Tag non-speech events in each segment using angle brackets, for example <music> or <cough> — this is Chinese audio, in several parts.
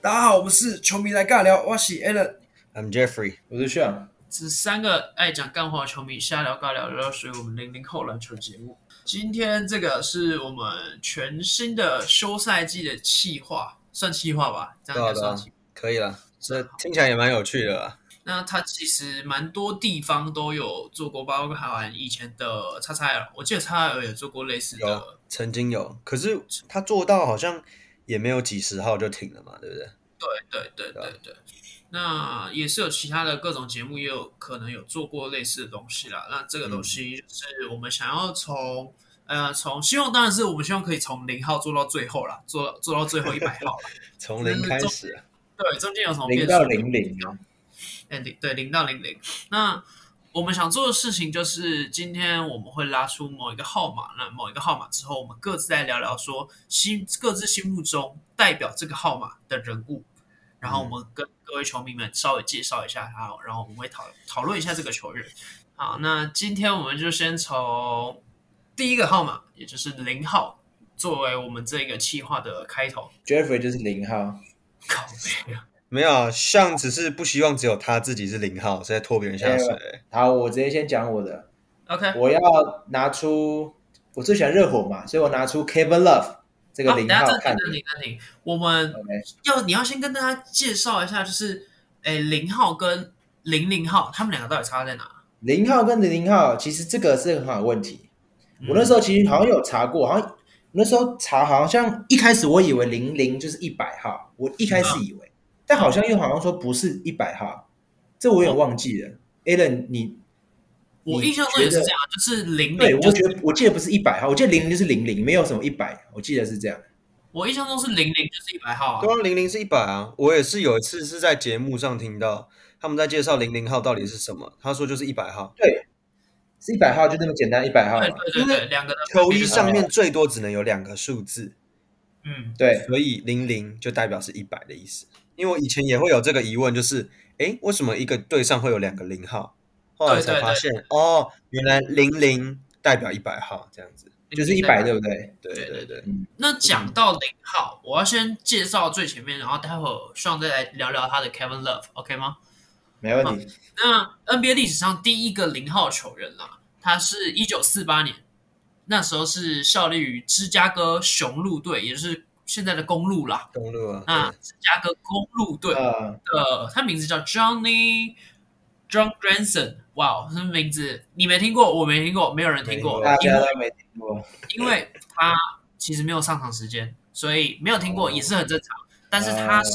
大家好，我们是球迷来尬聊，我是 Alan。 I'm Jeffrey，我是 Sean，是三个爱讲干话的球迷瞎聊尬聊，聊聊属于我们零零后篮球节目。今天这个是我们全新的休赛季的企划，算企划吧，这样应该对啊对啊算企划。可以了，这好听起来也蛮有趣的啊。那它其实蛮多地方都有做过，包括台湾以前的叉叉 L，我记得叉叉 L 也做过类似的有。曾经有，可是他做到好像也没有几十号就停了嘛，对不对？对对对啊对对，那也是有其他的各种节目也有可能有做过类似的东西啦。那这个嗯东西就是我们想要从、呃从希望当然是我们希望可以从零号做到最后啦，做到做到最后一百 <laughs> 号啦。从零开始啊，对，中间有什么零变到数？零零啊，哎，零对零到零零。那我们想做的事情就是，今天我们会拉出某一个号码，那某一个号码之后，我们各自来聊聊说心各自心目中代表这个号码的人物，然后我嗯们跟各位球迷们稍微介绍一下他，然后我们会讨讨论一下这个球员。好，那今天我们就先从第一个号码，也就是零号，作为我们这个计划的开头。 ，Jeffrey 就是零号，靠背啊，没有啊，像只是不希望只有他自己是零号，是在拖别人下水、好，我直接先讲我的， OK，我要拿出我最喜欢热火嘛，所以我拿出 Kevin Love 这个好，零哦等下号暂看停，暂停，暂停。我们 OK，要你要先跟大家介绍一下，就是诶零号跟零零号他们两个到底差在哪？零号跟零零号，其实这个是很好的问题。我那时候候其实好像有查过，好像我那时候查好像一开始我以为零零就是一百号，我一开始以嗯为，但好像又好像说不是一百号，这我有点忘记了。Alan，你我你印象中也是觉得这样，啊就是零对，零，我就是觉得我记得不是一百号，我记得零零就是零零，没有什么一百，我记得是这样。我印象中是零零就是一百号啊对。啊，零零是一百啊。我也是有一次是在节目上听到他们在介绍零零号到底是什么，他说就是一百号，是一百号就那么简单，一百号对嘛。对对因对，为两个的球衣上面最多只能有两个数字，嗯，对，所以零零就代表是一百的意思。因为我以前也会有这个疑问，就是诶，为什么一个队上会有两个零号？后来才发现哦，原来零零代表一百号这样子。就是一百，。对不对？对对对，那讲到零号，我要先介绍最前面，然后待会儿上再来聊聊他的 Kevin Love，OK、吗？没问题。那 NBA 历史上第一个零号球员啦，他是一九四八年，那时候是效力于芝加哥雄鹿队，也就是现在的公路啦。公路啊，那对芝加哥公路队的，呃，他名字叫 Johnny John Granson。哇，这名字你没听过，我没听过，没有人听过没，大因家为都没听过。因为他其实没有上场时间，所以没有听过哦也是很正常。但是他是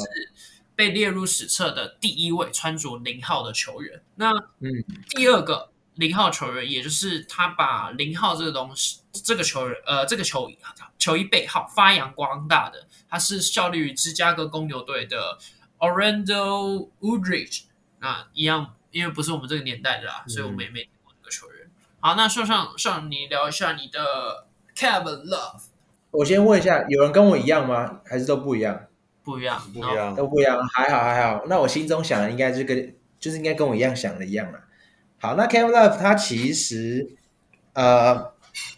被列入史册的第一位穿着零号的球员。那嗯，第二个零号球员，也就是他把零号这个东西，这个球员，呃，这个球衣球衣背号发扬光大的，他是效力于芝加哥公牛队的 Orlando Woodridge。那一样，因为不是我们这个年代的啦，嗯所以我们也没听过这个球员。好，那上上上，你聊一下你的 Kevin Love 我先问一下，有人跟我一样吗？还是都不一样？不一样，不一样。都不一样，还好还好。那我心中想的应该就是跟就是应该跟我一样想的一样啦。好，那 Kevin Love 他其实呃，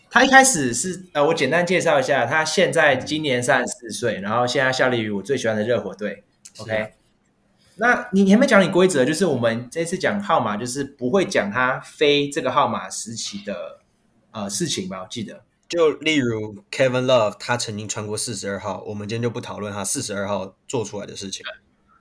他一开始是呃，我简单介绍一下，他现在今年三十四岁，然后现在效力于我最喜欢的热火队。是 OK，那你你还没讲你规则，就是我们这次讲号码，就是不会讲他非这个号码时期的呃事情吧？我记得就例如 Kevin Love，他曾经穿过四十二号，我们今天就不讨论他四十二号做出来的事情。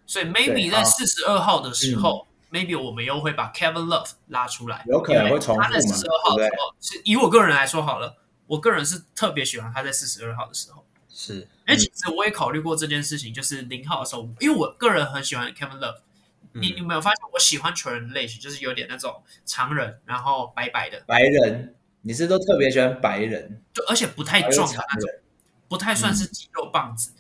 所以 maybe 对啊在好四十二号的时候、m a y b e 我们又会把 Kevin Love 拉出来，有可能因为会重复嘛他在四十二号的时候，是以我个人来说好了，我个人是特别喜欢他在四十二号的时候，是，因为嗯其实我也考虑过这件事情，就是零号的时候，因为我个人很喜欢 Kevin Love。你嗯嗯你有没有发现我喜欢球员的类型，就是有点那种常人，然后白白的，白人，你是都特别喜欢白人，就而且不太白人嗯壮常的那种，人。不太算是肌肉棒子。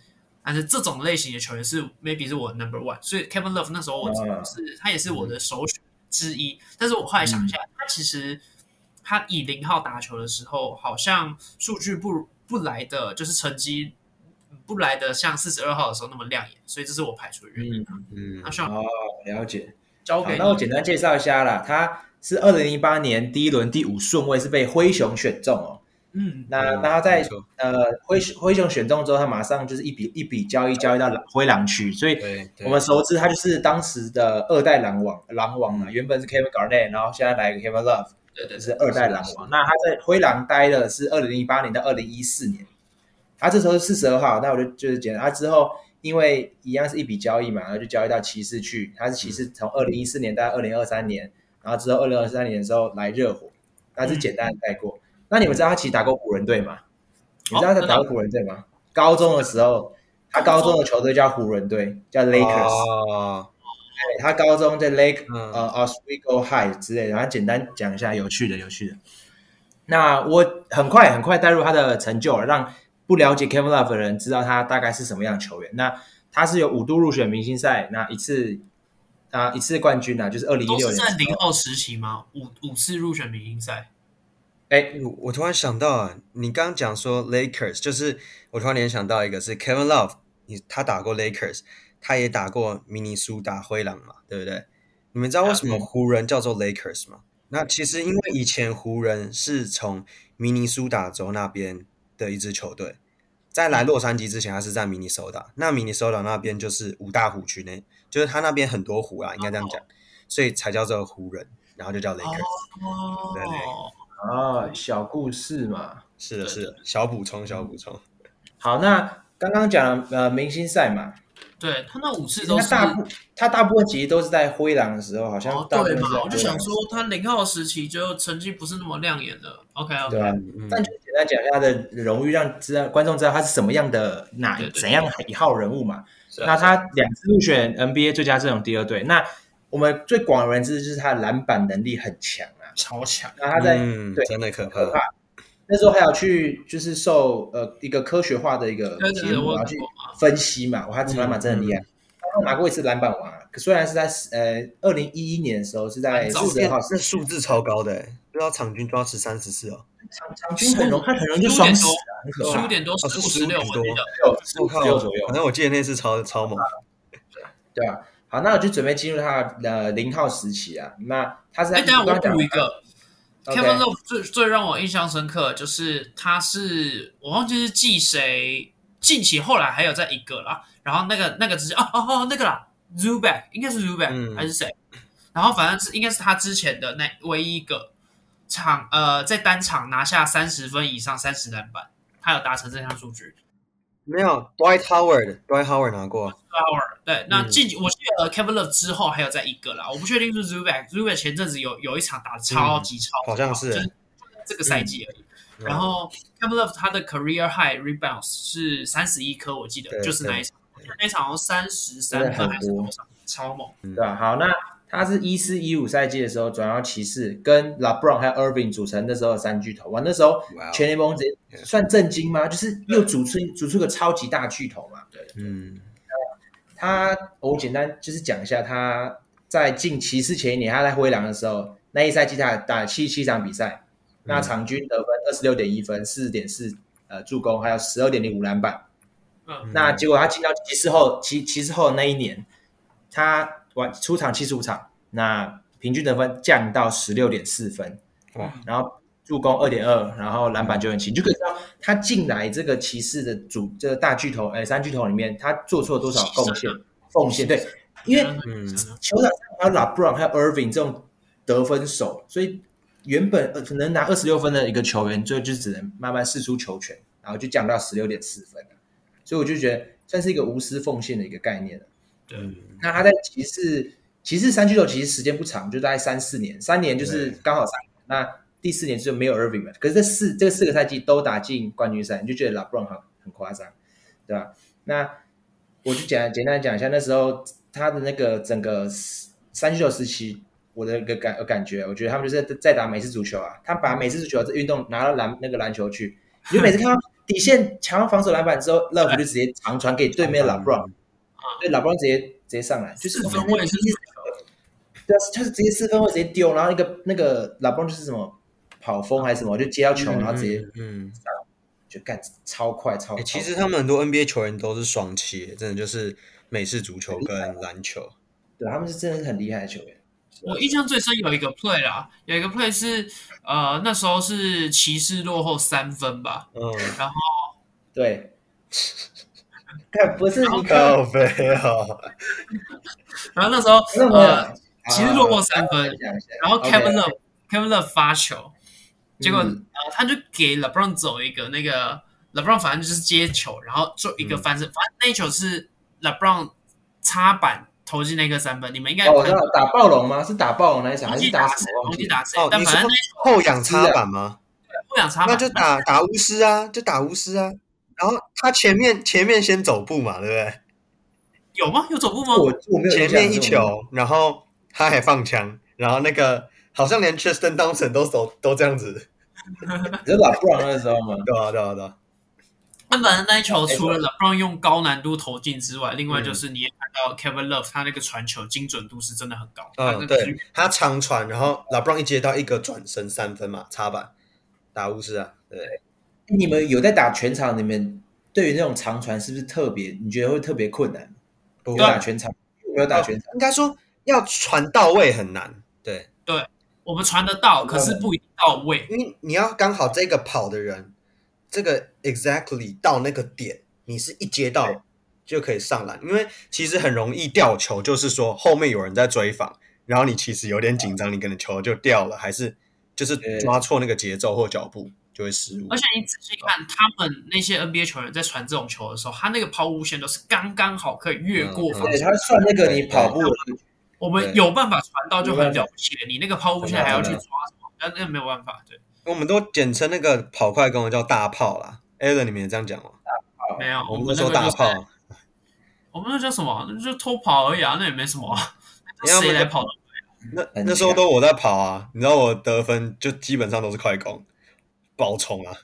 但是这种类型的球员是 maybe 是我的 number one，所以 Kevin Love 那时候我只嗯是、他也是我的首选之一。但是我后来想一下，他其实他以零号打球的时候，好像数据不不来的，就是成绩不来的像四十二号的时候那么亮眼，所以这是我排除的原因。嗯那，像哦，了解。交好给，你，那我简单介绍一下啦，他是二零零八年第一轮第五顺位是被灰熊选中哦，嗯，那嗯那他在没错呃灰熊灰熊选中之后，他马上就是一笔一笔交易交易到狼灰狼区，所以对，对我们熟知他就是当时的二代狼王狼王啊，原本是 Kevin Garnett，然后现在来一个 Kevin Love，对对就对，是二代狼王。那他在灰狼待了是二零一八年到二零一四年，他这时候是四十二号，那我就就是简单，他之后因为一样是一笔交易嘛，然后就交易到骑士去，他是骑士从二零一四年到二零二三年，然后之后二零二三年的时候来热火，他是简单的带过。那你们知道他其实打过湖人队吗？你知道他打过湖人队吗？高中的时候，他高中的球队叫湖人队，叫 Lakers。哦对他高中在 Lake 嗯呃 Oswego High 之类的，然后简单讲一下有趣的有趣的。那我很快很快带入他的成就了，让不了解 Kevin Love 的人知道他大概是什么样的球员。那他是有五度入选明星赛，那一次啊一次冠军啊，就是二零一都六是年在零号时期吗？五五次入选明星赛，哎我我突然想到啊，你刚刚讲说 Lakers，就是我突然联想到一个是 Kevin Love，你他打过 Lakers，他也打过明尼苏达灰狼嘛，对不对？你们知道为什啊么湖人叫做 Lakers 吗？那其实因为以前湖人是从明尼苏达州那边的一支球队，在来洛杉矶之前，他是在明尼苏达。那明尼苏达那边就是五大湖区内，就是他那边很多湖啊，应该这哦样讲，所以才叫做湖人，然后就叫 Lakers。对对哦，哦小故事嘛，是的，对是的，小补充，小补充。好，那刚刚讲了呃明星赛嘛，对他那五次都他是大部他大部分其实都是在灰狼的时候，好像哦，大部分对是在灰嘛，狼我就想说他零号时期就成绩不是那么亮眼的。OK 对啊 OK，吧？嗯但就简单讲一下他的荣誉，让知道观众知道他是什么样的哪对对对怎样一号人物嘛。是啊那他两次入选 NBA 最佳阵容第二队。那我们最广为人知就是他的篮板能力很强啊。超强，那他在、嗯对真的可怕可怕嗯那时候还有去就是受呃一个科学化的一啊个对对题对，目，我有然后看去过啊嗯嘛，分析嘛，哇，他篮板真的很厉害。他拿过一次篮板王啊，可虽然是在呃二零一一年的时候是在很早四十号，那数字超高的欸，不知道场均抓十三十四哦。场场均很容他很容易就双死啊，很可怕十五，点多，十哦五是十六， 15点我多记得。十五左右左右反。正我记得那次超超猛。对啊，好，那我就准备进入他的呃零号时期啊。那他是哎，在等一下我刚刚补一讲个 OK Kevin Love 最最让我印象深刻的就是他是我忘记是记谁，近期后来还有在一个啦，然后那个那个只是哦哦哦那个啦 z u b a c 应该是 z u b a c 嗯还是谁？然后反正是应该是他之前的那唯一一个场呃在单场拿下三十分以上三十篮板，他有达成这项数据。没有，Dwight Howard，Dwight Howard 拿过。啊 Flower，对，那嗯近、我记得 Kevin Love 之后还有在一个啦，我不确定是 Zubac，Zubac 前阵子有有一场打得超级超级嗯好像是就是就是这个赛季而已。嗯然后 Kevin Love 他的 career high rebounds 是三十一颗，我记得对就是那一场，我记得那一场好像三十三真分的还很是多多少，超猛。对吧、好，那他是一四一五赛季的时候转到骑士，跟 LeBron 还有 Irving 组成那时候的三巨头。哇，那时候哇哦全联盟直接 Yeah 算震惊吗？就是又组出组出个超级大巨头嘛。对，嗯，他我简单就是讲一下他在进骑士前一年，他在灰狼的时候，那一赛季他打七七场比赛，嗯那场均得分二十六点一分，四点四呃助攻，还有十二点零五篮板。嗯，那结果他进到骑士后，骑骑士后那一年，他完出场七十五场，那平均得分降到十六点四分，哇，然后助攻二点二，然后篮板九点七，你就可以知道他进来这个骑士的主这个大巨头，哎，三巨头里面他做出了多少贡献牺奉献？对，因为啊嗯球场上还有 LeBron 还有 Irving 这种得分手，所以原本呃可能拿二十六分的一个球员，最后就只能慢慢试出球权，然后就降到十六点四分了所以我就觉得算是一个无私奉献的一个概念了。对，嗯那他在骑士骑士三巨头其实时间不长，就大概三四年，三年就是对刚好三年。那第四年就没有 Irving 嘛，可是这四这四个赛季都打进冠军赛，你就觉得 LeBron 很很夸张，对吧？那我就简单简单讲一下那时候他的那个整个三巨头时期。我的一个感感觉，我觉得他们就是在在打美式足球啊，他把美式足球这运动拿到篮那个篮球去，你就每次看到底线强防守篮板之后，Love 就直接长传给对面的 LeBron，对，老布朗直接直接上来，就是四分卫是对啊，就是直接四分卫直接丢，然后那个那个老布朗就是什么跑风还是什么，就接到球，然后直接嗯，就干超快超。诶哎其超实他们很多 NBA 球员都是双欸切，真的就是美式足球跟篮球。啊对他们是真的是很厉害的球员，我印象最深有一个 play 啦，有一个 play 是呃那时候是骑士落后三分吧，嗯，然后对， <laughs> 看不是你看， <laughs> 靠背哦，然后那时候那我呃骑士落后三分讲一下，然后 OK， Kevin Love、Kevin Love 发球，结果、嗯呃他就给 LeBron 走一个那个 LeBron 反正就是接球，然后做一个翻身，嗯反正那一球是 LeBron 插板投进那个三分，你们应该哦，有我知看道打暴龙吗？是打暴龙那一场，还忘是记打打什谁么？忘记打。打谁哦，，但你反说正后仰插板吗？那不想插那板，就打打巫师啊，就打巫师啊。然后他前面前面先走步嘛，对不对？有吗？有走步吗？我我没有印前象面一这种，球，然后他还放枪，然后那个好像连 Tristan Thompson 都手都这样子，你知道打 Brown 那时候吗？对啊，对啊，对啊，那反正那一球除哎了 LeBron 用高难度投进之外，嗯另外就是你也看到 Kevin Love 他那个传球精准度是真的很高，他那哦个嗯，对，他长传，然后 LeBron 一接到一个转身三分嘛，插板打巫师啊，对，你们有在打全场？你们对于那种长传是不是特别？你觉得会特别困难？不有会打全场，有没有打全场？应该说要传到位很难，对，我们传得嗯到，可是不一定到位。因为你要刚好这个跑的人，这个 exactly 到那个点，你是一接到就可以上篮，因为其实很容易掉球，就是说后面有人在追防，然后你其实有点紧张，你可能球就掉了，还是就是抓错那个节奏或脚步就会失误而。且你仔细看，他们那些 NBA 球员在传这种球的时候，他那个抛物线都是刚刚好可以越过防嗯守。对，他会算那个你跑步的我们对有办法传到就很了不起了，你那个抛物线还要去抓什么？但那个没有办法，对，我们都简称那个跑快攻的叫大炮啦 a l a n 你们也这样讲吗？好没有，我们们那都个说大就是炮，我们那叫什么？那就偷跑而已啊，那也没什么啊。 <laughs> 你要不谁来就跑得那很那时候强都我在跑啊，你知道我得分就基本上都是快攻爆冲啊。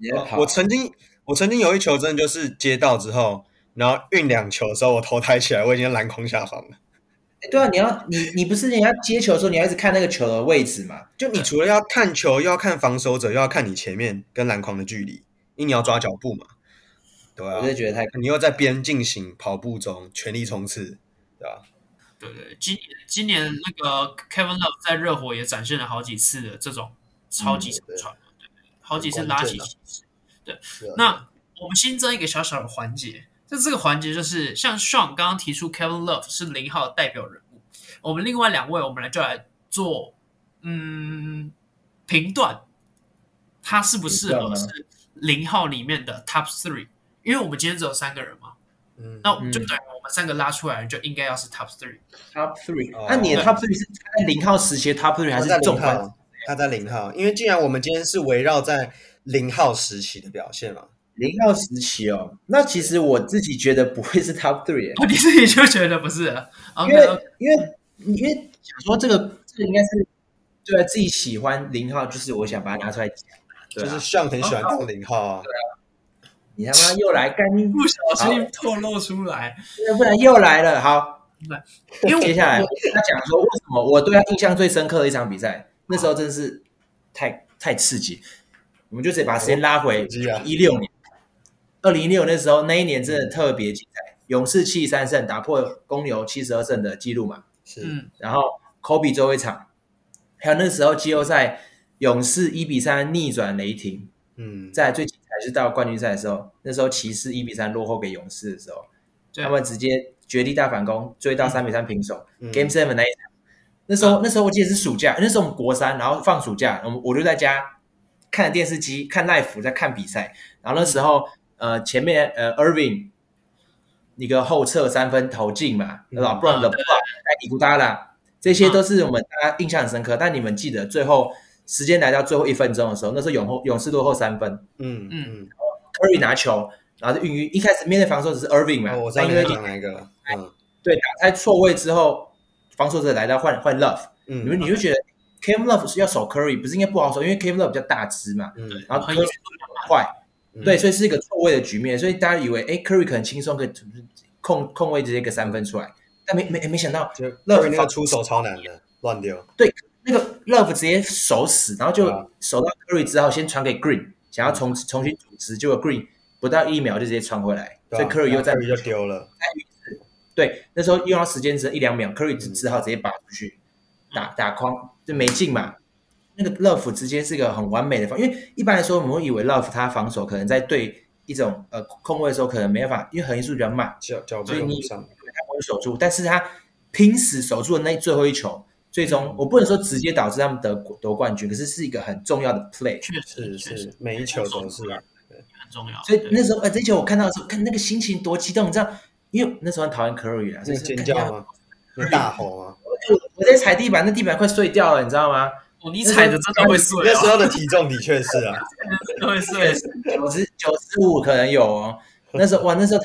你要跑。我曾经我曾经有一球真的就是接到之后，然后运两球的时候，我头抬起来，我已经在篮筐下方了。哎对啊，你要你你不是你要接球的时候，你要一直看那个球的位置嘛？就你除了要看球，又要看防守者，又要看你前面跟篮筐的距离，因为你要抓脚步嘛。对我啊就，觉得太你又在边进行跑步中全力冲刺，对吧、对对，今年今年那个 Kevin Love 在热火也展现了好几次的这种超级长传，对对，好几次拉起骑士。是啊？那我们新增一个小小的环节，就这个环节就是像 Sean 刚刚提出 Kevin Love 是零号的代表人物，我们另外两位我们来就来做嗯评断，他适不适评合断吗是零号里面的 Top Three，因为我们今天只有三个人嘛，嗯，那就等于我们三个拉出来就应该要是 Top Three。 top three 哦哦。那你的 top three 是在零号时期的 top three 还是他在总零冠？号，他在零号，因为既然我们今天是围绕在零号时期的表现嘛，零号时期哦，那其实我自己觉得不会是 top three，耶哦，你自己就觉得不是了？OK，因为因为因为想说这个这个应该是对啊自己喜欢零号，就是我想把它拿出来讲啊，对就啊是上很喜哦欢当零号啊。你他妈又来干你，不小心透露出 <laughs> 来，要不然又来了。好，因为接下来我我跟他讲说为什么我对他印象最深刻的一场比赛，那时候真是太太刺激。我们就直接把时间拉回刺激啊一六年，二零一六那时候那一年真的特别精彩，勇士七十三胜打破公牛七十二胜的记录嘛。是，嗯，然后科比最后一场，还有那时候季后赛勇士一比三逆转雷霆，嗯，在最精彩是到冠军赛的时候，那时候骑士一比三落后给勇士的时候，对他们直接绝地大反攻，追到三比三平手、嗯 g a m e Seven 那一场。那时候，那时候我记得是暑假，那时候我们国三，然后放暑假，我们我就在家看电视机看 live，在看比赛。然后那时候，呃，前面呃 Irving 一个后撤三分投进嘛，嗯老布朗嗯的布朗带尼古达拉，这些都是我们大家印象很深刻。但你们记得最后时间来到最后一分钟的时候，那时候勇后勇士落后三分，嗯嗯嗯 Curry 拿球，然后就运运，一开始面对防守者是 Irving 嘛，哦，我知但道你因在为讲哪一个了，嗯对打开错位之后，防守者来到换换 Love，嗯，你们你就觉得 Cam Love 是要守 Curry，不是应该不好守，因为 Cam Love 比较大只嘛，嗯然后很 Curry 远很快，嗯对，所以是一个错位的局面，所以大家以为哎 Curry 可能轻松可以控控位直接一个三分出来，但没没没想到就 Love 那个出手超难的，乱丢，那个 Love 直接守死，然后就对啊嗯守到 Curry 之后，先传给 Green，想要重重新组织，结果 Green 不到一秒就直接传回来，对所啊以 Curry 又在然后 Curry 就丢了，嗯对，那时候用到时间只有一两秒，Curry 只只好直接拔出去，打打框，就没进嘛。那个 Love 直接是一个很完美的防，因为一般来说我们会以为 Love 他防守可能在对一种呃空位的时候可能没办法，因为横移速度比较慢，脚脚步所以跟你不上，他不会守住，但是他拼死守住的那最后一球，最嗯终我不能说直接导致他们得夺冠军，可是是一个很重要的 play。确实是确实是，每一球都是啊。很重要。所以对那时候，呃，这球我看到的时候，看那个心情多激动，你知道，因为那时候很讨厌 Curry 啊，就那是尖看叫到吗？那大吼啊！我我在踩地板，那地板快碎掉了，你知道吗？哦，你踩着真的会碎那时哦，候的体重的确是啊，真的会碎。九十九十五可能有哦。<laughs> 那时候哇，那时候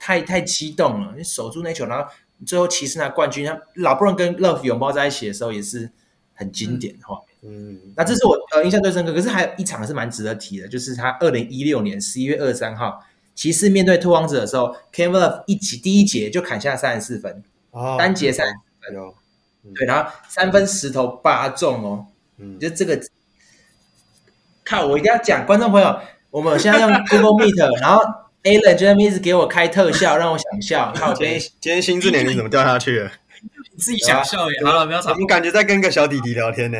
太太太激动了，你守住那球，然后最后骑士拿冠军，他老布朗跟 Love 拥抱在一起的时候也是很经典的画面。嗯，那这是我呃印象最深刻，可是还有一场是蛮值得提的，就是他二零一六年十一月二十三号，骑士面对拓荒者的时候 k e v i n Love 一集第一节就砍下三十四分，哦单节三有，对，然后三分十投八中哦，嗯，就这个，靠！我一定要讲，观众朋友，我们现在用 Google Meet，然后 <laughs> Alan 就在那边一直给我开特 <laughs> 效，让我想笑。靠今天背，今天心智年龄怎么掉下去了？你自己啊想笑也好了，不要吵怎。么感觉在跟个小弟弟聊天呢？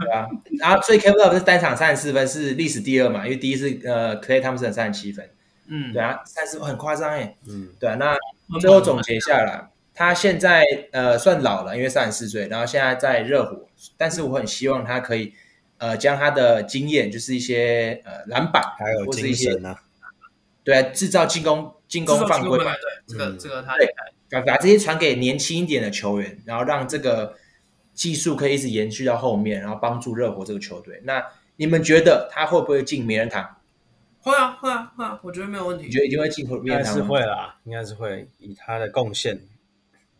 对 <laughs> 啊。然后所以 Kevin Love 是单场三十四分，是历史第二嘛，因为第一是呃 Clay Thompson 三十七分，嗯对，啊，三十很夸张哎，嗯，对啊。那很最后猛总结下来，他现在呃算老了，因为三十四岁，然后现在在热火，但是我很希望他可以呃将他的经验，就是一些呃篮板 <laughs> 还有或是一精些神啊，对啊制造进攻进攻犯规对嘛。这个嗯这个他对把把这些传给年轻一点的球员，然后让这个技术可以一直延续到后面，然后帮助热火这个球队。那你们觉得他会不会进名人堂？会啊会啊会啊，我觉得没有问你题觉。得一定会进应名该人堂是吗？会啦，应该是会以他的贡献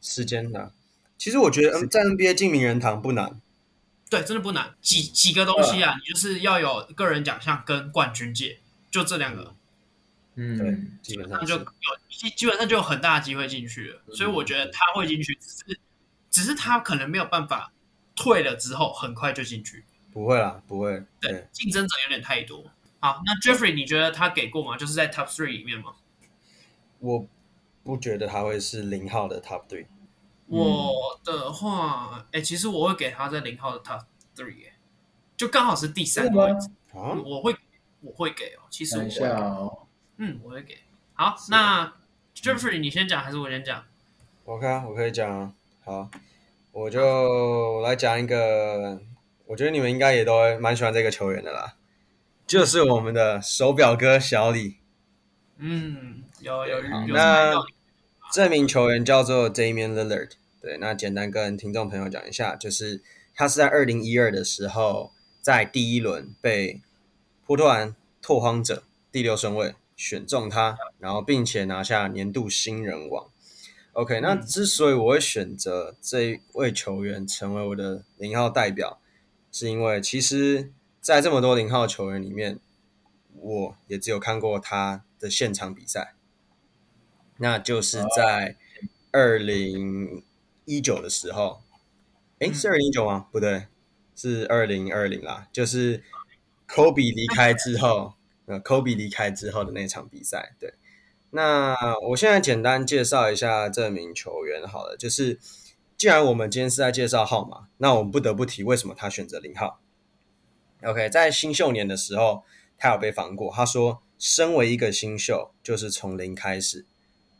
时间呢。其实我觉得嗯在 NBA 进名人堂不难，对，真的不难，几几个东西啊，你就是要有个人奖项跟冠军戒，就这两个，对嗯，，基本那上就有是基基本上就有很大的机会进去了。所以我觉得他会进去，只是只是他可能没有办法退了之后很快就进去。不会啦，不会。对，，竞争者有点太多。好，那 Jeffrey，你觉得他给过吗？就是在 Top Three 里面吗？我不觉得他会是零号的 Top Three。嗯我的话，哎、其实我会给他在零号的 Top Three，、欸、就刚好是第三真个的位吗置，啊，我会我会给哦、其实我等一会下给，哦，嗯，我会给。好，那 Jeffrey 你先讲还是我先讲？我看我可以讲啊，好，我就我来讲一个，我觉得你们应该也都蛮喜欢这个球员的啦，就是我们的手表哥小李。嗯，有有好有有那有这名球员叫做 Damian Lillard。对，那简单跟听众朋友讲一下，就是他是在二零一二的时候，在第一轮被波特兰拓荒者第六顺位选中他，然后并且拿下年度新人王。OK，那之所以我会选择这一位球员成为我的零号代表，是因为其实，在这么多零号球员里面，我也只有看过他的现场比赛，那就是在二零一九的时候，诶，是二零一九吗？不对，是二零二零啦，就是科比离开之后，呃，科比离开之后的那场比赛，对。那我现在简单介绍一下这名球员好了，就是既然我们今天是在介绍号码，那我们不得不提为什么他选择零号。OK，在新秀年的时候，他有被访过，他说，身为一个新秀，就是从零开始。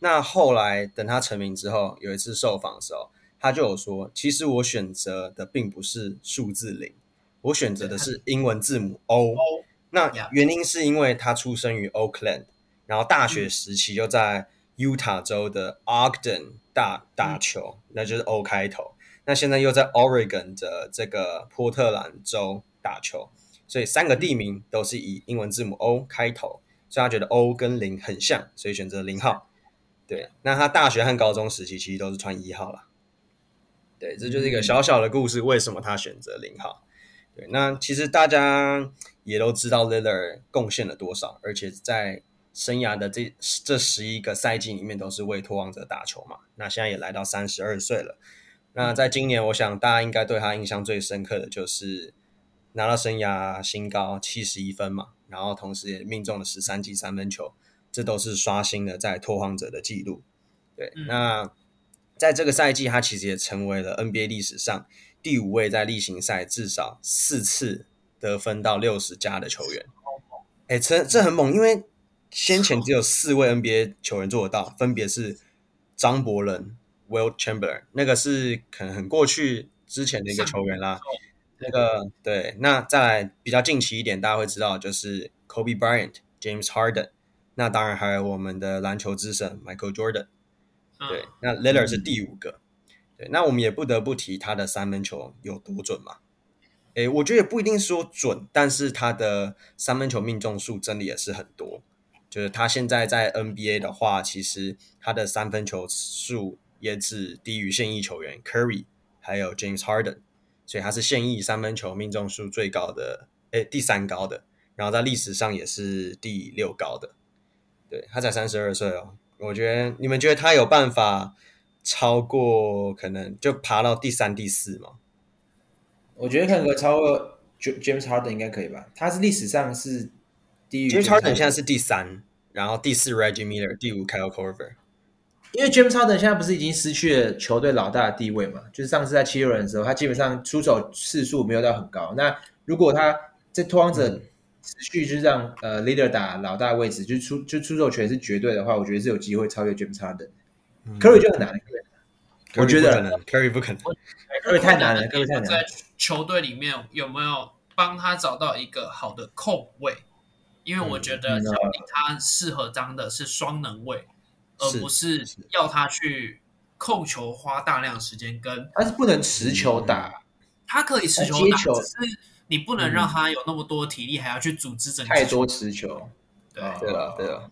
那后来等他成名之后，有一次受访的时候，他就有说，其实我选择的并不是数字零，我选择的是英文字母 O。那 Yeah 原因是因为他出生于 Oakland，然后大学时期又在 Utah 州的 Ogden 大打球，那就是 O 开头。那现在又在 Oregon 的这个波特兰州打球，所以三个地名都是以英文字母 O 开头，所以他觉得 O 跟零很像，所以选择零号。对，那他大学和高中时期其实都是穿一号啦。对，这就是一个小小的故事，为什么他选择零号？对，那其实大家也都知道 Lillard 贡献了多少，而且在生涯的这这十一个赛季里面都是为拓王者打球嘛。那现在也来到三十二岁了。那在今年，我想大家应该对他印象最深刻的就是拿到生涯新高七十一分嘛，然后同时也命中了十三记三分球，这都是刷新了在拓荒者的记录。对，嗯那在这个赛季，他其实也成为了 NBA 历史上第五位在例行赛至少四次得分到六十加的球员。哎，这这很猛，因为先前只有四位 NBA 球员做得到，分别是张伯伦、Will Chamberlain，那个是可能很过去之前的一个球员啦。那个对，那再来比较近期一点，大家会知道就是 Kobe Bryant、James Harden，那当然还有我们的篮球之神 Michael Jordan。对，嗯那 Lillard 是第五个。对，那我们也不得不提他的三分球有多准嘛？诶，我觉得也不一定说准，但是他的三分球命中数真的也是很多。就是他现在在 NBA 的话，其实他的三分球数也只低于现役球员 Curry 还有 James Harden，所以他是现役三分球命中数最高的，诶，第三高的，然后在历史上也是第六高的。对他才三十二岁哦，我觉得你们觉得他有办法？超过可能就爬到第三、第四嘛？我觉得可能超过 James Harden 应该可以吧？他是历史上是低于 James Harden 现在是第三，然后第四 Reggie Miller，第五 Kyle Korver。因为 James Harden 现在不是已经失去了球队老大的地位嘛？就是上次在七六人的时候，他基本上出手次数没有到很高。那如果他在拓荒者持续就是让、嗯、呃 Leader 打老大位置，就出就出手权是绝对的话，我觉得是有机会超越 James Harden。Curry 嗯就很难，我觉得 Curry 不可能，Curry 太难了，Curry 太难。在球队里面有没有帮他找到一个好的控卫？因为我觉嗯得小林他适合当的是双能卫，而不是要他去控球花大量时间跟。他是不能持球打，他可以持哦球打，只是你不能让他有那么多体力，还要去组织整太多持球。对对了对了，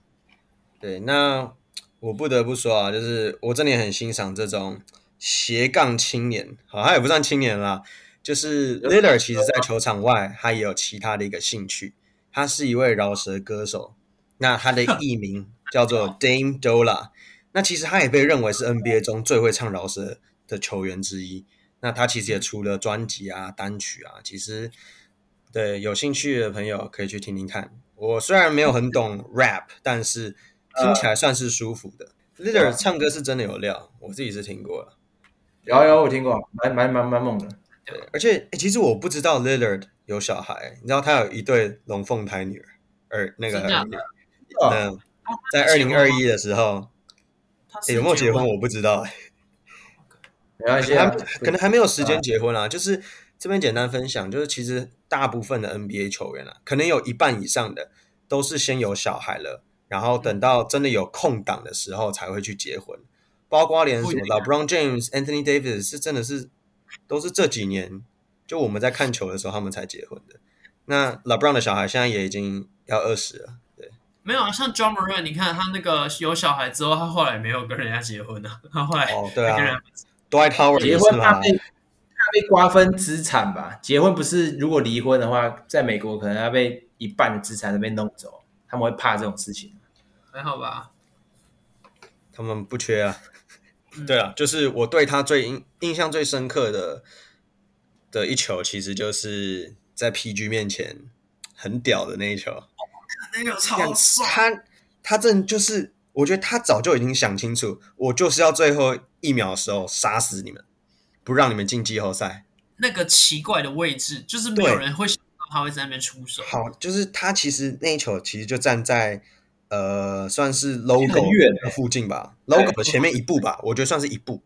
对那。我不得不说啊，就是我真的也很欣赏这种斜杠青年，好，他也不算青年啦，就是 Lillard 其实在球场外，他也有其他的一个兴趣，他是一位饶舌歌手，那他的艺名叫做 Dame Dolla，那其实他也被认为是 NBA 中最会唱饶舌的球员之一，那他其实也出了专辑啊、单曲啊，其实对有兴趣的朋友可以去听听看。我虽然没有很懂 rap，但 <laughs> 是。听起来算是舒服的。Leader 唱歌是真的有料，我自己是听过了。有有，我听过，蛮蛮蛮蛮猛的。对，而且、欸、其实我不知道 Leader 有小孩，你知道他有一对龙凤胎女儿，而那个女儿，嗯、呃，在二零二一的时候、欸，有没有结婚我不知道、欸，没关系、啊，可能还没有时间结婚啊。就是这边简单分享，就是其实大部分的 NBA 球员啊，可能有一半以上的都是先有小孩了。然后等到真的有空档的时候才会去结婚，包括连什么 LeBron James、Anthony Davis 是真的是都是这几年就我们在看球的时候他们才结婚的。那 LeBron 的小孩现在也已经要二十了，对。没有啊，像 John Moran，你看他那个有小孩之后，他后来没有跟人家结婚啊，他后来哦对啊，Dwight Howard 啊结婚怕被怕被瓜分资产吧？结婚不是如果离婚的话，在美国可能要被一半的资产被弄走，他们会怕这种事情。还好吧，他们不缺啊。对啊，就是我对他最印印象最深刻的的一球，其实就是在 PG 面前很屌的那一球。那个超帅！他他正就是，我觉得他早就已经想清楚，我就是要最后一秒的时候杀死你们，不让你们进季后赛。那个奇怪的位置，就是没有人会想到他会在那边出手。好，就是他其实那一球其实就站在。呃，算是 logo 欸的附近吧，logo 的前面一步吧，我觉得算是一步。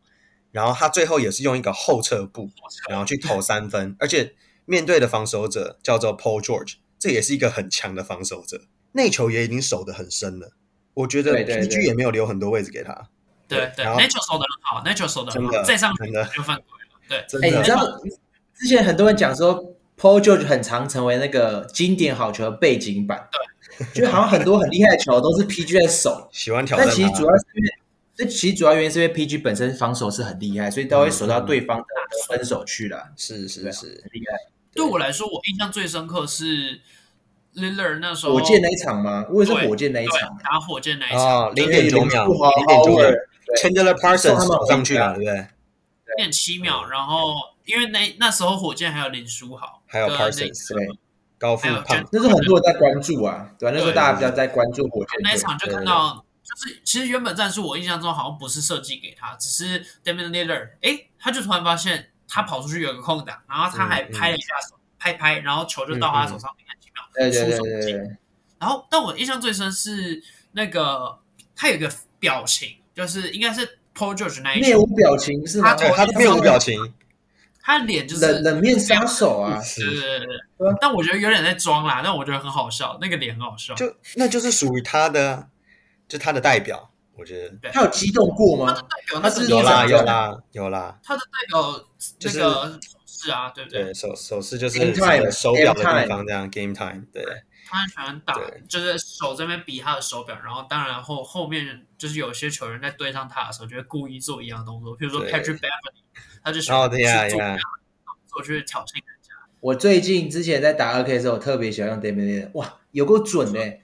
然后他最后也是用一个后撤步，然后去投三分，而且面对的防守者叫做 Paul George，这也是一个很强的防守者，内球也已经守得很深了。我觉得 PG 也没有留很多位置给他。对对，内球守得很好，内球守得很好，再上 <laughs> 真的就犯规了。对，哎，哎你知道之前很多人讲说 Paul George 很常成为那个经典好球的背景板。对。就好像很多很厉害的球都是 PG 在守，喜欢挑战。但其实主要是因为，这其实主要原因是因为 PG 本身防守是很厉害，所以都会守到对方的分手去了。是是是，很厉害。对我来说，我印象最深刻是 Lillard 那时候火箭那一场吗？我也是火箭那一场，打火箭那一场，零点九秒，零点九秒 c h a n d l e r Parsons 守上去了，对不对？零点七嗯秒，然后因为那那时候火箭还有林书豪，还有 Parsons 对。啊高富胖，那是很多人在关注啊，对吧？那时候大家比较在关注火箭。那一场就看到，就是其实原本战术我印象中好像不是设计给他，只是 Damian Lillard，哎，他就突然发现他跑出去有个空档，然后嗯他还拍了一下手，拍拍，然后球就到他手上，很奇妙，对对出对手对进。对，然后，但我印象最深是那个他有一个表情，就是应该是 Paul George 那一面无球，表情是吗？他对，哦他的面无表情，他脸就是嗯冷冷面杀手啊，对对对对对啊对，但我觉得有点在装啦，但我觉得很好笑，那个脸很好笑。就那就是属于他的，就他的代表，我觉得他有激动过他的吗？代表他那是是有啦那有啦有啦，他的代表就那是个是啊，对不对？对手手势就是 Game time，手表的 game 地 time 方，这样 game time，对他很喜欢打对，就是手这边比他的手表，然后当然后后面就是有些球员在对上他的时候，就会故意做一样的动作，比如说对 Patrick Beverly，他就喜哦欢去对做呀这呀样的动作去挑衅人家。我最近之前在打二 K 的时候，我特别喜欢用 d a m i 哇，有够准哎、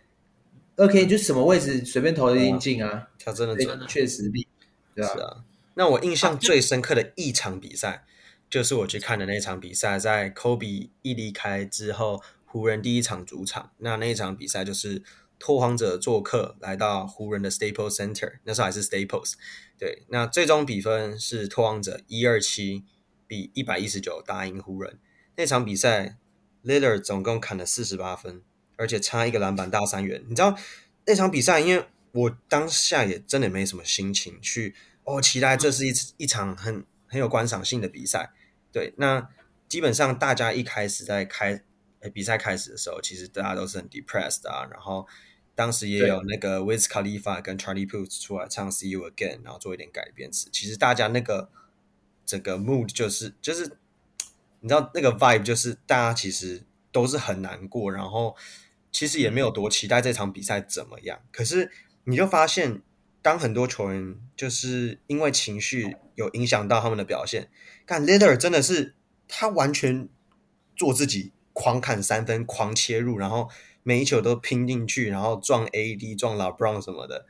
二 K 就什么位置随便投都一定进啊，他真的对准，的确实厉害，对吧、是啊。那我印象最深刻的一场比赛，就是我去看的那场比赛，在 Kobe 一离开之后，湖人第一场主场。那那一场比赛就是拓荒者做客来到湖人的 Staples Center，那时候还是 Staples。对，那最终比分是拓荒者一二七比一百一十九打赢湖人。那场比赛 l i l l a r 总共砍了四十八分，而且差一个篮板大三元。你知道那场比赛，因为我当下也真的没什么心情去哦，期待这是一次一场很很有观赏性的比赛。对，那基本上大家一开始在开呃比赛开始的时候，其实大家都是很 depressed 啊，然后当时也对有那个 Wiz Khalifa 跟 Charlie Puth 出来唱 See You Again，然后做一点改编词。其实大家那个整个 mood 就是就是你知道那个 vibe 就是大家其实都是很难过，然后其实也没有多期待这场比赛怎么样。可是你就发现，当很多球员就是因为情绪有影响到他们的表现，看 l i d e r 真的是他完全做自己，狂砍三分，狂切入，然后每一球都拼进去，然后撞 AD、撞 LeBron 什么的。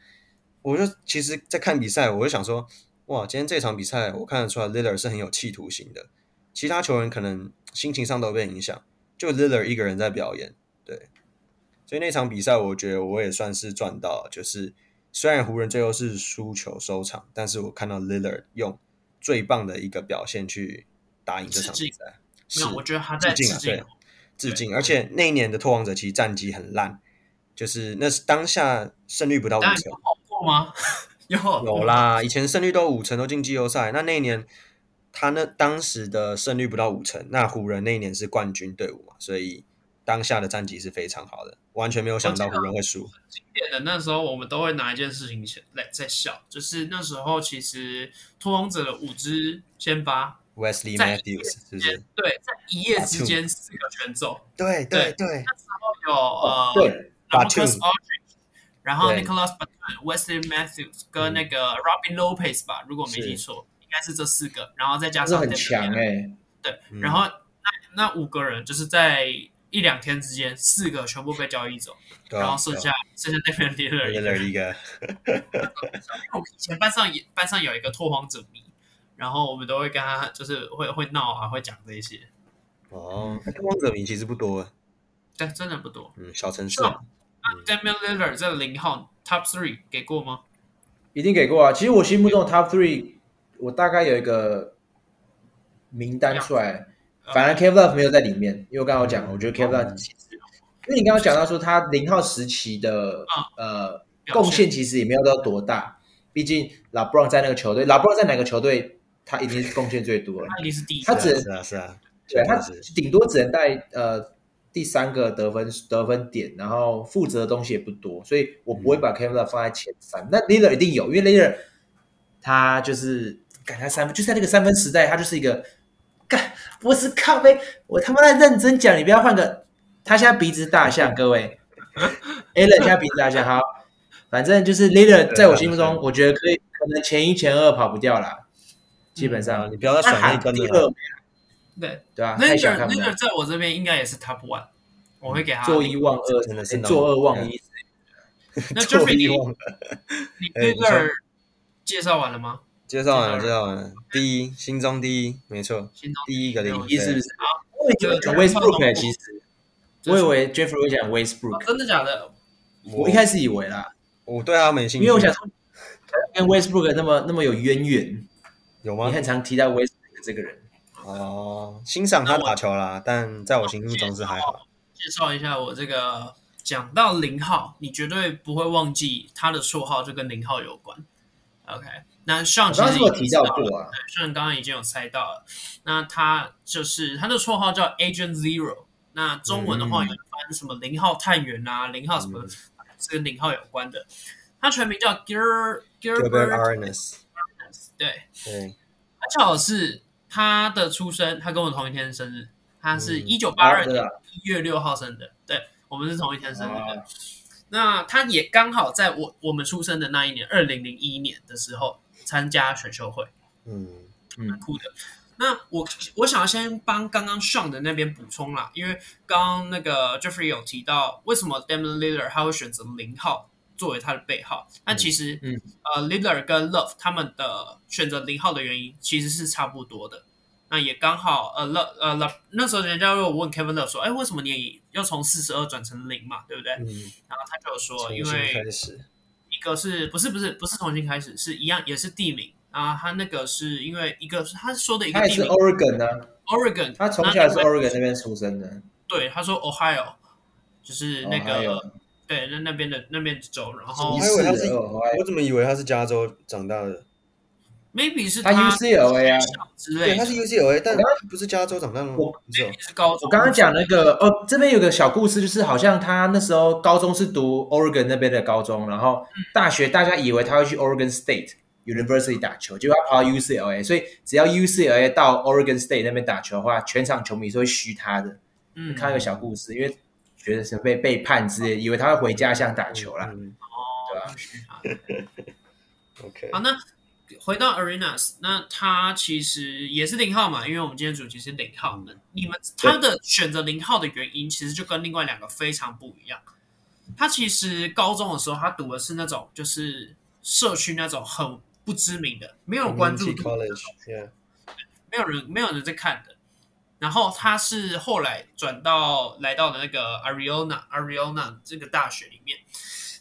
我就其实，在看比赛，我就想说，哇，今天这场比赛我看得出来 l i d e r 是很有企图心的。其他球员可能心情上都被影响，就 l i l l a r 一个人在表演，对，所以那场比赛我觉得我也算是赚到了，就是虽然湖人最后是输球收场，但是我看到 l i l l a r 用最棒的一个表现去打赢这场比赛，没是有，我觉得他在致敬啊致敬对致敬，而且那一年的拓王者其实战绩很烂，就是那是当下胜率不到五当然成有，好过吗？ <laughs> 有好过有，啦，以前胜率都五成都进季后赛，那那一年他那当时的胜率不到五成，那湖人那一年是冠军队伍嘛，所以当下的战绩是非常好的，完全没有想到我记得湖人会输。经典的那时候，我们都会拿一件事情来在笑，就是那时候其实拓荒者的五支先发， Wesley 在 Matthews 是不是？对，在一夜之间四个全走，对对对，有哦呃对， Marcus Batum Aldridge，然后对 Nicholas Batum、Wesley Matthews 跟那个 Robin Lopez 吧，如果没记错，应该是这四个，然后再加他是上很强 Damian 哎、对，嗯然后那那五个人就是在一两天之间，四个全部被交易走，对啊，然后剩下剩下那边的对啊 leader 一个 Lillard 一个，我以前班上也班上有一个拓荒者迷，然后我们都会跟他就是会会闹啊，会讲这些，哦，那光者迷其实不多，但真的不多。嗯，小城市是哦吗嘛，那 Damian Lillard 在零号 Top Three 给过吗？一定给过啊。其实我心目中的 top three，我大概有一个名单出来，嗯反而 Kev Love 没有在里面，因为我刚刚有讲，我觉得 Kev Love 其实，因为你刚刚讲到说他零号时期的呃嗯表贡献其实也没有到多大，毕竟 LeBron 在那个球队，LeBron 在哪个球队，他一定是贡献最多了他。一定是第一他个。只能是啊是啊，对他是顶多只能带呃第三个得分得分点，然后负责的东西也不多，所以我不会把 Kevin Love 放在前三。那 l i l l a r 一定有，因为 l i l l a r 他就是干他三分，就是在那个三分时代，他就是一个干我是靠背，我他妈在认真讲，你不要换个他现在鼻子大象，各位 a l l n 现在鼻子大象，好，反正就是 l i l l a r 在我心目中，我觉得可以，可能前一前二跑不掉啦，基本啊，上。你不要再甩那一根第了二，对对吧、啊？太小 Lillard 看不了嗯 Lillard 在我这边应该也是 Top One，我会给他。做一忘二，真的是哎脑做二忘一。那做 Jeffrey 遗你忘。你哎你说 Lillard 介绍完了吗？介绍完了，介绍完了，啊第一，心中第一，没错，心中第一个零对一是不是？我我以为讲 Westbrook 欸其实我以为 Jeffrey 会讲 Westbrook，哦真的假的？我一开始以为啦，我对他没兴因趣，为我想说跟 Westbrook 那么那么有渊源，有吗你？很常提到 Westbrook 这个人，哦，欣赏他打球啦，但在我心目中是还好。介绍一下我这个，讲到零号，你绝对不会忘记他的绰号就跟零号有关。OK，那上其刚刚实是已不经是有提到知道了过啊？对，虽然刚刚已经有猜到了，那他就是他的绰号叫 Agent Zero，那中文的嗯话有翻什么零号探员啊，零号什么，是跟零号有关的。他全名叫 Ger Gilbert Gerbert， Arenas，对，对，很巧的是他的出生，他跟我同一天生日，他是嗯一九八啊二对年啊，一月六号生的，对我们是同一天生日的。哦那他也刚好在我我们出生的那一年，二零零一年的时候参加选秀会，嗯，蛮酷的。那我我想要先帮刚刚 Sean 的那边补充啦，因为刚刚那个 Jeffrey 有提到为什么 Damian Lillard 他会选择零号作为他的背号，那其实、嗯呃 Lillard 跟 Love 他们的选择零号的原因其实是差不多的。那也刚好，呃，Love，呃，Love，那时候人家有问 Kevin Love 说，哎，为什么你也要从四十二转成零嘛，对不对？嗯，然后他就有说，重哦因新为开始，一个是不是不是不是重新开始，是一样也是地名啊。他那个是因为一个是他说的一个他也地是名 Oregon 呢、 Oregon，他从小也是那 Oregon 那边出生的。对他说 Ohio，就是那个 Ohio 对那那边的那边的州，然我后疑还以为他似是的，Ohio 我怎么以为他是加州长大的？ maybe 是他 UCLA 啊。之对，类他的，是 UCLA，但我刚他不是加州长大的吗？我不是哦，是高中。我刚刚讲那个哦，这边有个小故事，就是好像他那时候高中是读 Oregon 那边的高中，然后嗯大学大家以为他会去 Oregon State University 打球，结果他跑到 UCLA，所以只要 UCLA 到 Oregon State 那边打球的话，全场球迷是会嘘他的。嗯，看到一个小故事，因为觉得是被背叛之类，以为他会回家乡打球啦。嗯对吧啊，OK，好，那回到 Arenas，那他其实也是零号嘛，因为我们今天主题是零号。那你们对他的选择零号的原因，其实就跟另外两个非常不一样。他其实高中的时候，他读的是那种就是社区那种很不知名的，没有关注 Community 度的 college，yeah，没有人没有人在看的。然后他是后来转到来到了那个 Ariana Ariana 这个大学里面，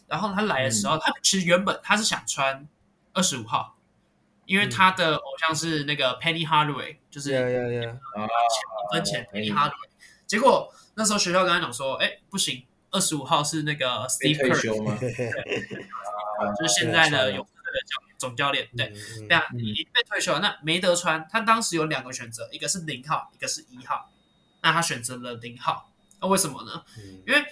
然后他来的时嗯候，他其实原本他是想穿二十五号，因为嗯他的偶像是那个 Penny Hardaway，就是啊呀呀呀，一分钱哦 Penny 嗯 Hardaway。结果那时候学校跟他讲说，哎，不行，二十五号是那个被 Steve 退 Kerr，休吗？就是现在的勇士队的教总教练，对。嗯，对啊，嗯已经被退休了，那没得穿。他当时有两个选择，一个是零号，一个是一号。那他选择了零号，那、为什么呢？嗯因为，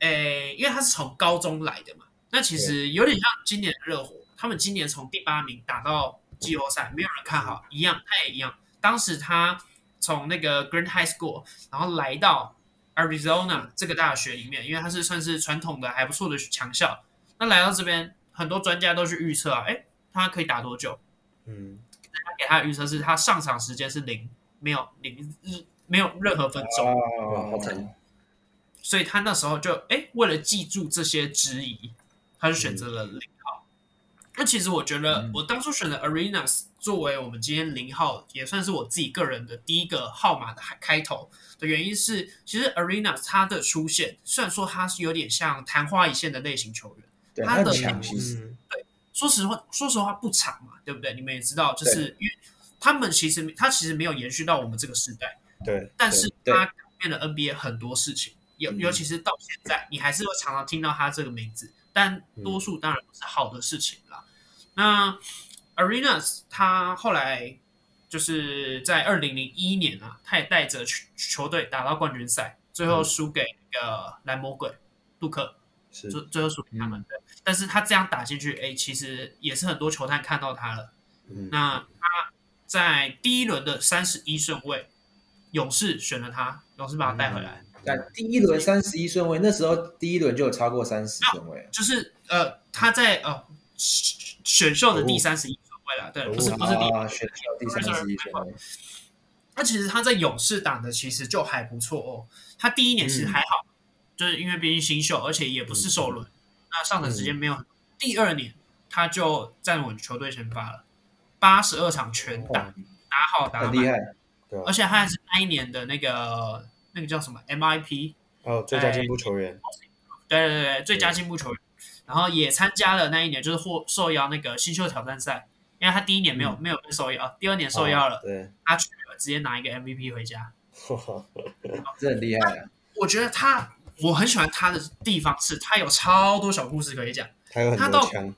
诶、因为他是从高中来的嘛。那其实有点像今年的热火，他们今年从第八名打到季后赛，没有人看好，一样，他也一样。当时他从那个 Green High School，然后来到 Arizona 这个大学里面，因为它是算是传统的还不错的强校。那来到这边，很多专家都去预测啊，诶，他可以打多久？嗯，他给他的预测是他上场时间是零，没有零日，没有任何分钟，哦，好惨。所以他那时候就哎，为了记住这些质疑，他就选择了零号。那其实我觉得嗯，我当初选的 Arenas 作为我们今天零号，也算是我自己个人的第一个号码的开头的原因是，其实 Arenas 它的出现，虽然说它是有点像昙花一现的类型球员。对，他他很的强，其实。嗯说实话，说实话不长嘛，对不对？你们也知道，就是因为他们其实他其实没有延续到我们这个时代，对，但是对他改变了 NBA 很多事情，尤嗯尤其是到现在，你还是会常常听到他这个名字，但多数当然不是好的事情啦。那 Arenas 他后来就是在二零零一年啊，他也带着球球队打到冠军赛，最后嗯输给那个蓝魔鬼杜克。是最最后输给他们的。但是他这样打进去，哎、其实也是很多球探看到他了。嗯那他在第一轮的三十一顺位，勇士选了他，勇士把他带嗯回来。，但第一轮三十一顺位，那时候第一轮就有超过三十顺位，就是呃，他在呃选选秀的哦第三十一顺位了，对，哦不是不是第一啊，选秀第三十一顺位，那其实他在勇士打的其实就还不错哦。他第一年嗯其实还好，就是因为毕竟新秀，而且也不是首轮，嗯那上场时间没有很多。第二年他就站稳球队先发了，八十二场全打，打好打哦很厉满，害。对啊而且他还是那一年的那个那个叫什么 MIP，哦，最佳进步球员，对对对，最佳进步球员，然后也参加了那一年就是获受邀那个新秀挑战赛，因为他第一年没有、没有被受邀，第二年受邀了，哦对， <laughs> 他去了直接拿一个 MVP 回家。这很厉害啊！我觉得他，我很喜欢他的地方是，他有超多小故事可以讲。他有很他多到枪，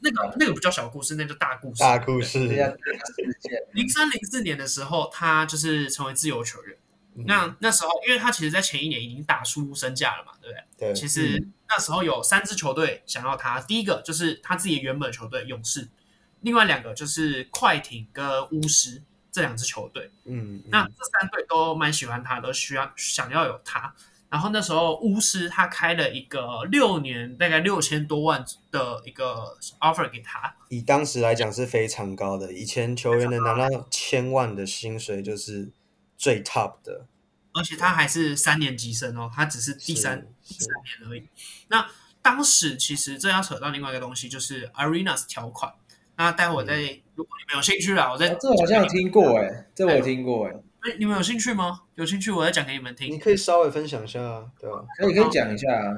那个那个不叫小故事，那叫大故事。大故这样事，世界零三零四年的时候，他就是成为自由球员。嗯那那时候，因为他其实在前一年已经打出身价了嘛，对不对？对，其实嗯那时候有三支球队想要他，第一个就是他自己原本球队勇士，另外两个就是快艇跟巫师这两支球队。嗯，那这三队都蛮喜欢他，都需要想要有他。然后那时候巫师他开了一个六年大概六千多万的一个 offer 给他，以当时来讲是非常高的，以前球员能拿到千万的薪水就是最 top 的，而且他还是三年级生哦，他只是第三是第三年而已。那当时其实这要扯到另外一个东西，就是 Arenas 条款。那待会再，嗯如果你们有兴趣啦，我再哦这我好像有听过哎，这我有听过哎，哎你们有兴趣吗？有兴趣我再讲给你们你嗯听。可以稍微分享一下啊，对吧？可以可以讲一下啊，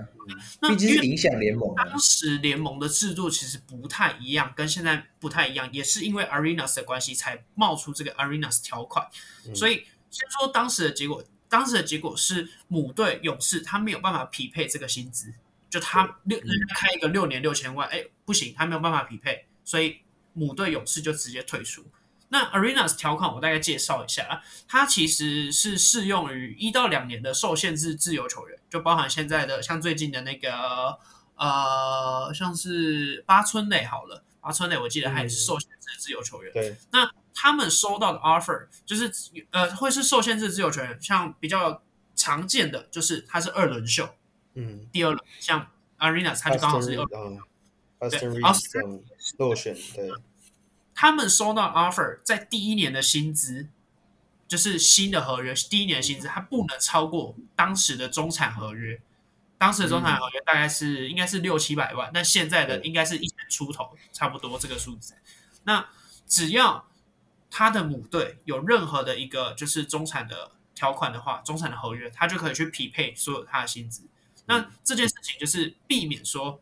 那毕竟因是为影响联盟啊当，时联盟的制度其实不太一样，跟现在不太一样，也是因为 Arenas 的关系才冒出这个 Arenas 条款。嗯所以先说当时的结果，当时的结果是母队勇士他没有办法匹配这个薪资，就他六嗯人家开一个六年六千万，哎，不行，他没有办法匹配，所以母队勇士就直接退出。那 Arenas 条款我大概介绍一下啊，它其实是适用于一到两年的受限制自由球员，就包含现在的像最近的那个呃，像是八村垒好了，八村垒我记得还是受限制自由球员。对，那他们收到的 offer 就是呃，会是受限制自由球员，像比较常见的就是他是二轮秀，嗯第二轮像 Arena 他就刚好是，Austin 二 Reed，对嗯，Austin Reed 这种落选，对，他们收到 offer 在第一年的薪资，就是新的合约，第一年的薪资，它不能超过当时的中产合约。当时的中产合约大概是、应该是六七百万，那现在的对应该是一千出头，差不多这个数字。那只要他的母队有任何的一个就是中产的条款的话，中产的合约，他就可以去匹配所有他的薪资。那这件事情就是避免说，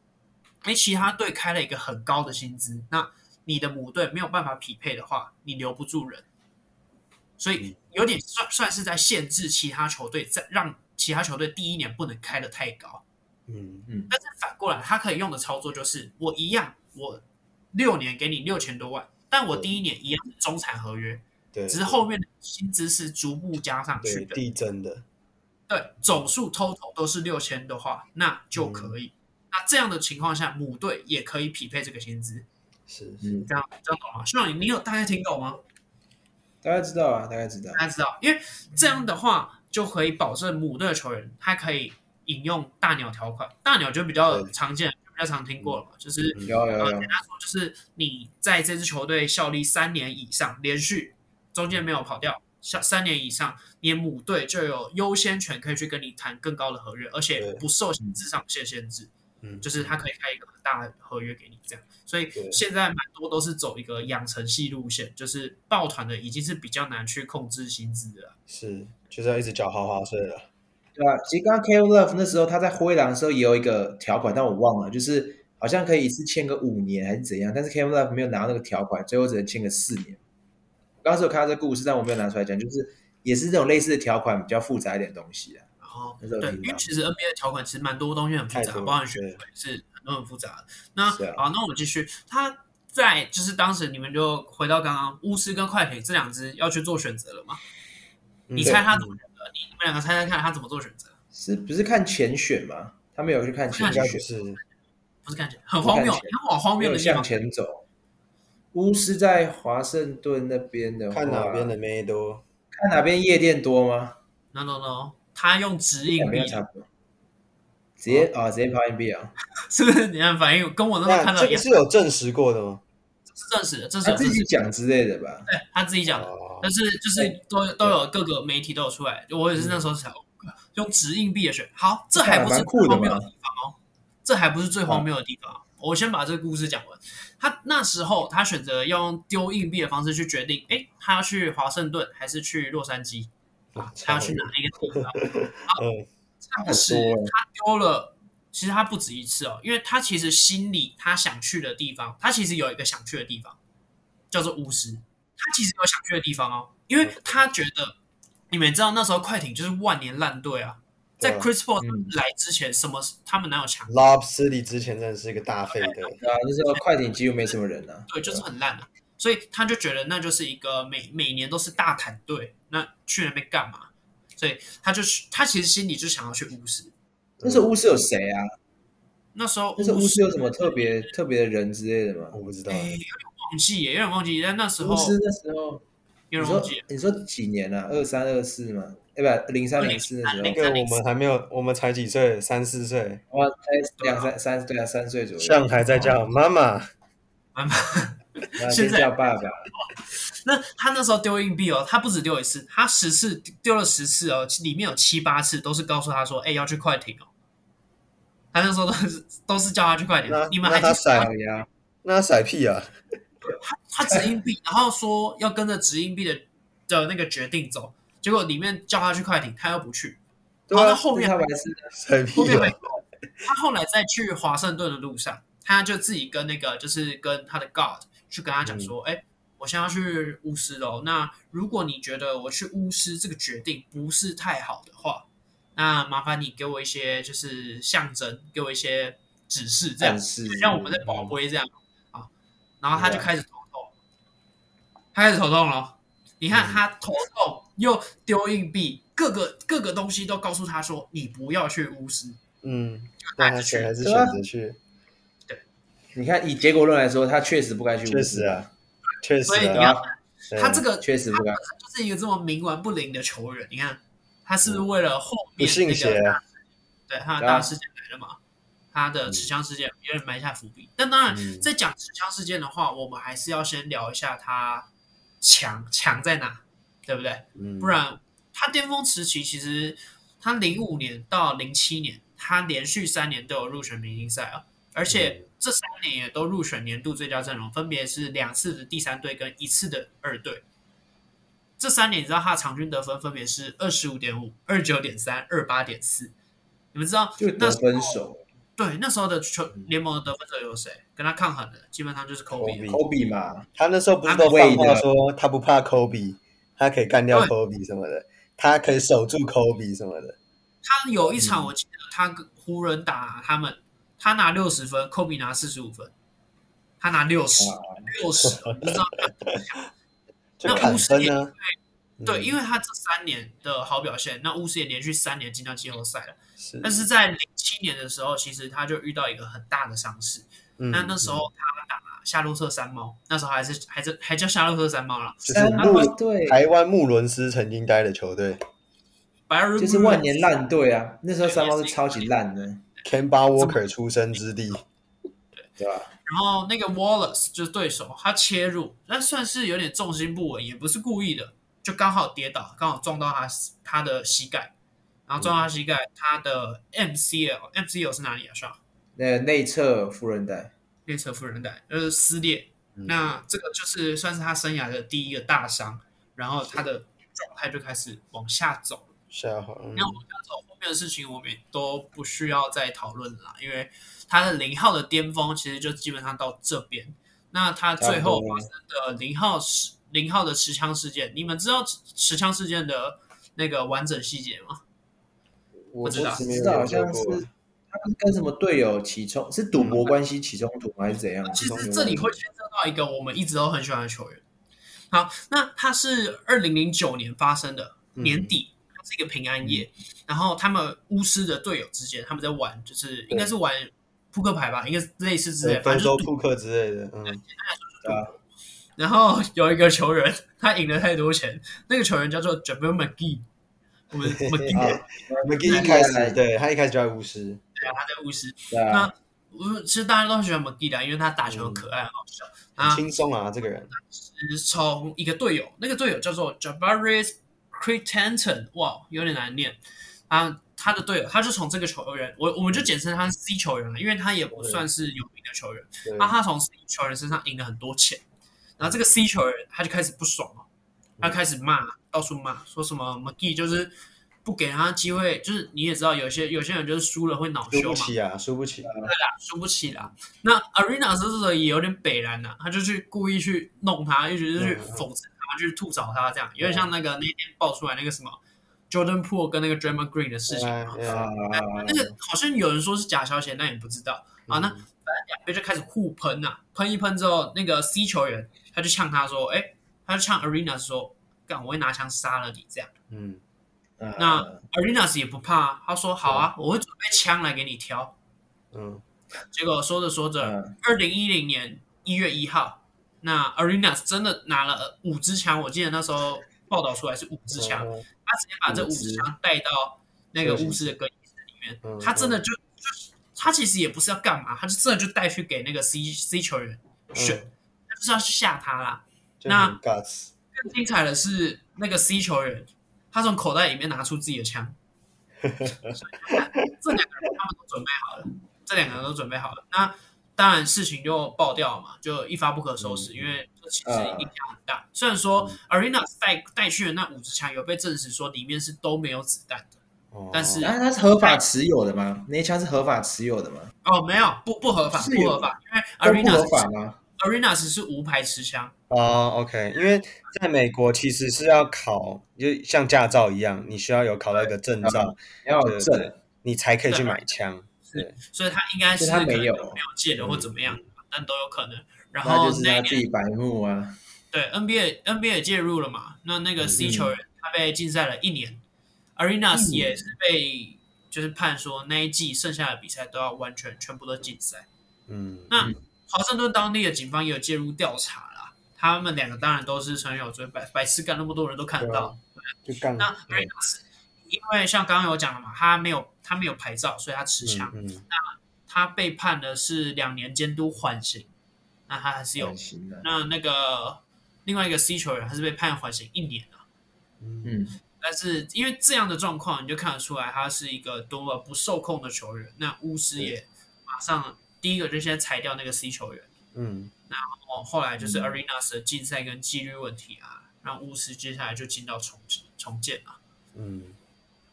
哎，其他队开了一个很高的薪资，那你的母队没有办法匹配的话，你留不住人，所嗯以有点算算是在限制其他球队，在让其他球队第一年不能开的太高。嗯，但是反过来，他可以用的操作就是，我一样，我六年给你六千多万，但我第一年一样是中产合约，对，只是后面的薪资是逐步加上去对的。递增的，对，总数 total 都是六千的话，那就可以。嗯那这样的情况下，母队也可以匹配这个薪资，是，嗯，这样这样懂吗？希望你你有大概听懂吗？大概知道啊，大概知道，大家知道，因为这样的话就可以保证母队的球员他可以引用大鸟条款。大鸟就比较对常见，就比较常听过了嘛，就是嗯有有呃，有简，单说就是你在这支球队效力三年以上，连续中间没有跑掉，像三年以上，你的母队就有优先权可以去跟你谈更高的合约，而且对不受薪资上限限制，嗯，就是他可以开一个很大的合约给你这样。所以对现在蛮多都是走一个养成系路线，就是抱团的已经是比较难去控制薪资的了。是，就是要一直缴豪华税了，对啊，其实刚刚 K Love 那时候他在灰狼的时候也有一个条款，但我忘了，就是好像可以一次签个五年还是怎样，但是 K Love 没有拿到那个条款，最后只能签个四年。我刚刚是有看到这个故事，但我没有拿出来讲，就是也是这种类似的条款，比较复杂一点的东西啊。然后那时候对，提到因为其实 NBA 的条款其实蛮多东西很复啊太杂，多了包含选对手也是很多很复杂的。那是啊好，那我们继续。他在就是当时你们就回到刚刚巫师跟快艇这两支要去做选择了嘛？你嗯猜他怎么选择？你你们两个猜猜看他怎么做选择？是不是看前选嘛？他们有去看前应该选不，是，不是看起来很不是荒看谬，起来你要往荒没谬有的地向方。前走。巫师在华盛顿那边的话，看哪边的妹多，看哪边夜店多吗？ No no no，他用指引两力边，差不多。直接哦啊、直接跑 NBA 啊！ <laughs> 是不是？你看反应跟我那时候看到那这一个样，是有证实过的吗？这是证实的，这是他有证自实己的，讲之类的吧？对他自己讲的。哦但，啊是就是都都有各个媒体都有出来，我也是那时候想用纸硬币的选，好，这还不是蛮酷最的荒嘛谬的地方哦，这还不是最荒谬的地方哦。我先把这个故事讲完。他那时候他选择要用丢硬币的方式去决定，诶，他要去华盛顿还是去洛杉矶啊？他要去哪一个地方？嗯，当时他丢了其实他不止一次哦，因为他其实心里他想去的地方，他其实有一个想去的地方，叫做巫师。他其实有想去的地方哦，因为他觉得，你们知道那时候快艇就是万年烂队啊，对啊在 Chris Paul 嗯来之前，什么他们哪有强？ Lob City 之前真的是一个大废队，对啊，那时候快艇几乎没什么人啊。对，就是很烂的、所以他就觉得那就是一个每每年都是大砍队，那去那边干嘛？所以他就去，他其实心里就想要去巫师。那时候巫师有谁啊？那时候那时候巫师有什么特别特别的人之类的吗？我不知道哎，。有点忘记耶，有点忘记，但那时候巫师那时候，有你点忘说记。你说几年啊？二三二四吗？哎，不，零三零四那时2003候因为我们还没有，我们才几岁，三四岁，，哇，才两三三对啊，三岁左右。哦像还在叫妈妈，那现先在叫爸爸。 <laughs> 那他那时候丢硬币哦，他不止丢一次，他十次丢了十次哦，里面有七八次都是告诉他说，哎、要去快艇哦。他那时候都是都是叫他去快艇那，你们那还他记得吗甩好呀，那他甩屁啊！ <laughs> 他掷硬币，然后说要跟着掷硬币的的那个决定走，结果里面叫他去快艇，他又不去。对好那啊，后面他白痴甩后屁面啊！他后来在去华盛顿的路上，他就自己跟那个就是跟他的 God 去跟他讲说，哎、我现在要去巫师喽。那如果你觉得我去巫师这个决定不是太好的话，那麻烦你给我一些就是象征，给我一些指示，这样暗示像我们在保龟这样啊。然后他就开始头痛，他开始头痛了。你看嗯他头痛又丢硬币，各个各个东西都告诉他说你不要去巫师。嗯，那他谁还是选对啊择去？你看，以结果论来说，他确实不该去巫师。确实啊，确实所以你对啊啊，要，对他这个确实不该。他就是一个这么冥顽不灵的球员，你看他是不是为了后嗯不面那信个邪啊大对他的大事件来了嘛？他的持枪事件别人埋下伏笔。但当嗯然，在讲持枪事件的话，我们还是要先聊一下他强强在哪，对不对？嗯不然他巅峰时期其实他零五年到零七年，他连续三年都有入选明星赛啊，而嗯且这三年也都入选年度最佳阵容，分别是两次的第三队跟一次的二队。这三年你知道他的场均得分分别是二十五点五、二九点三、二八点四。你们知道就得那时分嗯手，对那时候的球联盟的得分者有谁？跟他抗衡的基本上就是啊 Kobe 啊了。 Kobe 科比嘛，他那时候不是都放话说他不怕科比，他可以干掉对科比什么的，他可以守住科比什么的。他有一场嗯我记得他跟湖人打他们，他拿六十分，科比拿四十五分，他拿六十哇六 <laughs> 十，我不知道他怎么想。就砍分啊呢、嗯对，因为为他这三年的好表现，那巫师也连续三年进到季后赛了。嗯嗯是但是在零七年的时候，其实他就遇到一个很大的伤势。嗯嗯那那时候他打夏洛特三猫，那时候还是还是还叫夏洛特三猫了，就是三穆万队台湾穆伦斯曾经待的球队白人就是万年烂队啊。那时候三方是超级烂的， ，Kemba Walker 出生之地，对吧？然后那个 Wallace 就是对手，他切入，那算是有点重心不稳，也不是故意的，就刚好跌倒，刚好撞到他他的膝盖，然后撞到他膝盖，他的 MCL MCL 是哪里啊？上那内侧富人带，内侧副韧带就是撕裂，嗯那这个就是算是他生涯的第一个大伤，然后他的状态就开始往下走。下滑。嗯那我们刚走后面的事情，我们也都不需要再讨论了啦，因为他的零号的巅峰其实就基本上到这边。那他最后发生的零号十零号的持枪事件，你们知道持持枪事件的那个完整细节吗？我知道是没知有道好研究像是过啊嗯他不是跟什么队友起冲，是赌博关系起冲突吗还是怎啊样？其实这里会牵涉到一个我们一直都很喜欢的球员。好，那他是二零零九年发生的嗯年底，它是一个平安夜，然后他们巫师的队友之间他们在玩，就是应该是玩扑克牌吧，应该是类似之类的，对反正分就州是赌扑克之类的，嗯，然后有一个球员，他赢了太多钱，那个球员叫做 Javel McGee，我们 McGee 啊，我们一开始对他一开始就在巫师，他在巫师，对啊，我其实大家都很喜欢 McGee 的，因为他打球很可爱、很好笑。啊很轻松啊，这个人是从一个队友，那个队友叫做 Javaris Cretanton，哇，有点难念啊。他的队友，他就从这个球员，我我们就简称他是 C 球员了，因为他也不算是有名的球员。对嗯那啊他从 C 球员身上赢了很多钱，然后这个 C 球员他就开始不爽了，他开始骂，到处骂，说什么 McGee 就是不给他机会，就是你也知道，有些有些人就是输了会恼输羞不嘛，起啊，输不起。输不起啦。那 Arena 这时候也有点北然呐、他就去故意去弄他，一直嗯去讽刺他，去吐槽他，这样有点像那个那天爆出来那个什么 Jordan p o o l 跟那个 Draymond Green 的事情嘛。对啊啊，那个好像有人说是假消息，那也不知道。啊那两边就开始互喷呐、喷一喷之后，那个 C 球员他就呛他说：“哎、他就呛 Arena 说，干，我会拿枪杀了你。”这样嗯，啊那 Arena 也不怕，他说：“好啊，我会准备枪来给你挑。嗯”结果说着说着，嗯二零一零年一月一号，那 Arena 真的拿了五支枪，我记得那时候报道出来是五支枪，嗯他直接把这五哦五支支枪带到那个巫师的更衣室里嗯面，他真的就就他其实也不是要干嘛，他就真的就带去给那个 C C 球员选，嗯他就是要去吓他啦。就很 guts，更精彩的是，那个 C 球员他从口袋里面拿出自己的枪，这两个人他们都准备好了，这两个人都准备好了。那当然事情就爆掉了嘛，就一发不可收拾，嗯因为这其实影响很大。虽然说 Arena 带带去的那五支枪有被证实说里面是都没有子弹的。哦但是那它是合法持有的吗？那一枪是合法持有的吗？哦，没有，不不合法，是不有合法，因为都 Arena 不合法吗？ Arena 是无牌持枪，哦，OK，因为在美国其实是要考，就像驾照一样，你需要有考到一个证照，要有对证，对你才可以去买枪。对，所以他应该是所以他可能没有嗯没有借的或怎么样，但都有可能。然那后就是那他一自年己白目啊。对 NBA NBA 也介入了嘛，那那个嗯 C 球员他被禁赛了一年，Arena 一年也是被就是判说那一季剩下的比赛都要完全全部都禁赛。嗯，那华盛顿当地的警方也有介入调查啦，他们两个当然都是很有罪，白白痴干那么多人都看得对啊到。就干啊那 r e n a s 因为像刚刚有讲了嘛，他没有他没有牌照，所以他持枪，嗯嗯他被判的是两年监督缓刑，那他还是有典。型的，那那个另外一个 C 球员，他是被判缓刑一年啊。嗯嗯，但是因为这样的状况，你就看得出来他是一个多么不受控的球员。那巫师也马上第一个就先裁掉那个 C 球员，嗯哦，后来就是嗯 Arenas 的竞赛跟纪律问题啊，让巫师接下来就进到重重建了。嗯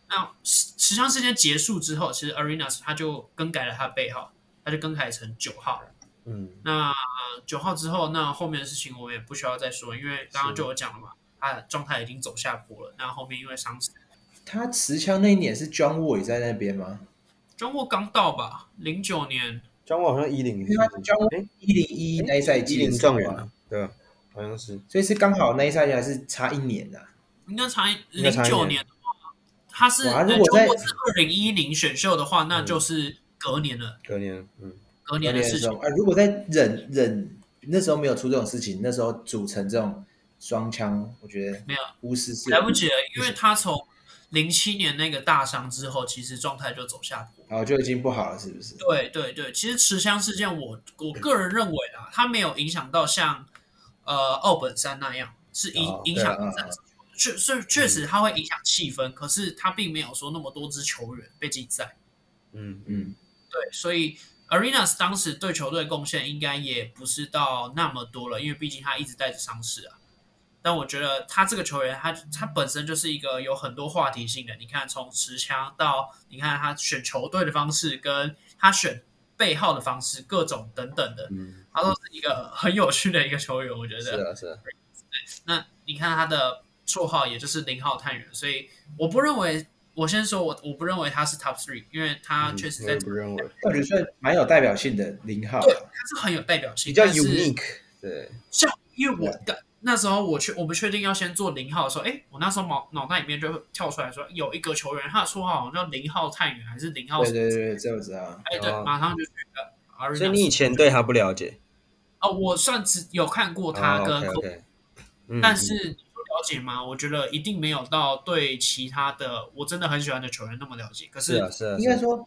那持持枪事件结束之后，其实 Arenas 他就更改了他的背号，他就更改成九号。嗯那九号之后，那后面的事情我们也不需要再说，因为刚刚就有讲了嘛，他的状态已经走下坡了。那后面因为伤势，他持枪那一年是 John Wall 也在那边吗？中国刚到吧，零九年，张沃好像一零，因为他是 John 哎 Wall 一零一那一赛季一的零时候状啊元啊，对啊，好像是所以是刚好那一赛季还是差一年的、啊。应该差应该零差一九年年的话，他是哇呃如中果在国是二零一零选秀的话，那就是隔年了，隔年，嗯隔那年边的的事时情候。啊，如果在忍忍那时候没有出这种事情，那时候组成这种双枪，我觉得没有巫师是来不及了，因为他从零七年那个大伤之后，其实状态就走下坡。然后就已经不好了，是不是？对对对，其实持枪事件我，我个人认为啦，它没有影响到像呃奥本山那样，是影、哦影响对啊嗯战术确是确实它会影响气氛，可是它并没有说那么多支球员被禁赛。嗯嗯，对，所以 Arenas 当时对球队的贡献应该也不是到那么多了，因为毕竟他一直带着伤势啊。但我觉得他这个球员，他他本身就是一个有很多话题性的。你看，从持枪到你看他选球队的方式，跟他选背号的方式，各种等等的，嗯，他都是一个很有趣的一个球员。我觉是得，啊是啊，那你看他的绰号也就是零号探员，所以我不认为，我先说我我不认为他是 top three，因为他嗯确实我在也不认为我觉得算蛮有代表性的零号啊，对，它是很有代表性，比较但是 unique，对，像因为我的那时候我确我们确定要先做零号的时候，哎，我那时候脑脑袋里面就会跳出来说，有一个球员他的绰号好像叫零号探员还是零号对什么，啊对对对，这我啊知道。哎对哦，马上就去了。所以你以前对他不了解，啊、我算只有看过他跟， OK OK，嗯但是你说了解吗？我觉得一定没有到对其他的我真的很喜欢的球员那么了解。可是啊是是啊，应该说，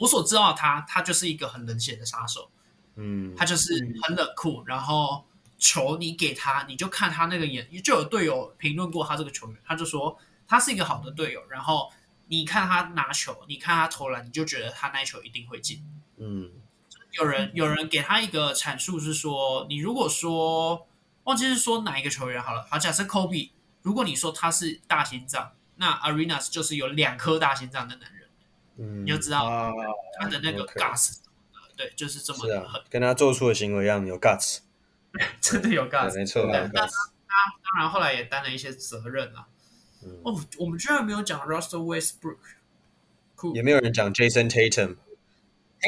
我所知道的他，他就是一个很冷血的杀手。嗯他就是很冷酷，然后球你给他，你就看他那个眼，就有队友评论过他这个球员，他就说他是一个好的队友，然后你看他拿球，你看他投篮，你就觉得他那一球一定会进。嗯有人有人给他一个阐述是说，你如果说忘记是说哪一个球员好了，好假设 Kobe，如果你说他是大心脏，那 Arenas 就是有两颗大心脏的男人，嗯你就知道啊，他的那个 OK gas 什么的，对，就是这么是的狠啊，，跟他做出的行为一样有 guts，真的有 gas 对。没错，有啊对但 guts。当然后来也担了一些责任啊。嗯哦，我们居然没有讲 Russell Westbrook，酷也没有人讲 Jason Tatum，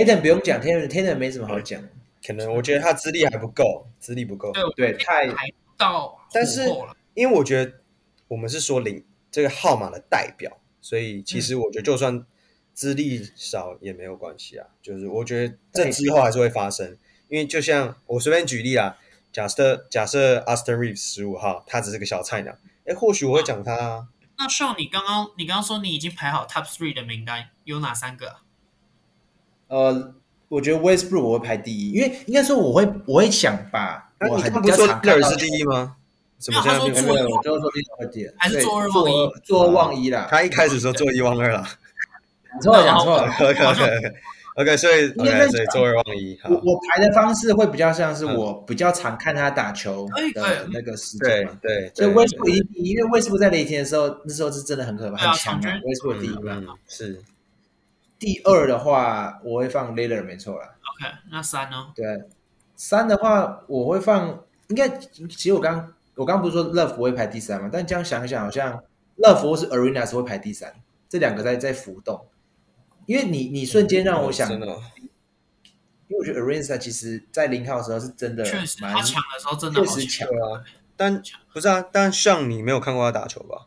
a d e n 不用讲 t a y l o t a y l o 没什么好讲，可能我觉得他资历还不够，资历不够。对对，太还到但是火候了，因为我觉得我们是说零这个号码的代表，所以其嗯实我觉得就算资历少也没有关系啊。就是我觉得这之后还是会发生，因为就像我随便举例啊，假设假设 Austin Reeves 十五号，他只是个小菜鸟，哎，或许我会讲他啊。那 Sean，你刚刚你刚刚说你已经排好 Top Three 的名单，有哪三个、啊？呃，我觉得 Westbrook 我会排第一，因为应该说我会我会想把那啊我你很刚比不是较说常看 Lillard 到是第一吗？怎么没现有在他变说成没有没有，我最后说第二点，还是对做二做忘一二做二忘一啦。他一开始说做一忘二 <laughs> 了。讲错了，讲错了。 <laughs> OK OK OK OK，所以应该在 OK 所以讲周二忘一，好我我排的方式会比较像嗯是我比较常看他打球可以可的以那个时间对嘛，对，所对以 Westbrook 一定因为 Westbrook 在雷霆的时候，那时候是真的很可对啊怕，很强场啊。均 Westbrook 第一嘛，嗯嗯是。第二的话我会放 l a l e r 没错啦。 OK，那三呢？对，三的话我会放，应该其实我刚我刚不是说 Love 不会排第三嘛，但这样想一想，好像 Love 或是 Arena 是会排第三，这两个在在浮动，因为你你瞬间让我想，嗯真因的哦为我觉得 Arena 其实在零号的时候是真的确实，蛮他抢的时候真的确好实强强。对啊，但不是啊，但像你没有看过他打球吧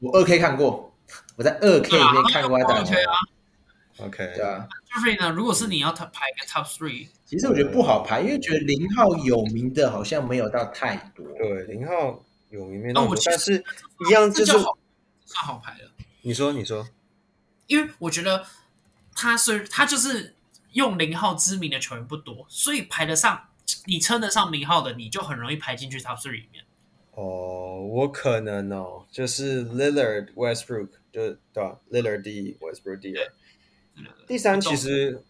我二 K 看过，我在二 K 对啊里面看过他打球，对啊？OK，对啊。 ，Jeffrey 呢？如果是你要他排一个 Top Three，其实我觉得不好排，因为觉得零号有名的好像没有到太多。对，零号有明面那那我么多其实但是一样这就叫是好，算好排了。你说你说，因为我觉得他虽他就是用零号知名的球员不多，所以排得上你称得上零号的，你就很容易排进去 Top Three 里面。哦，我可能哦，就是 Lillard Westbrook 就是对吧？Lillard 第一，Westbrook 第二，第三其实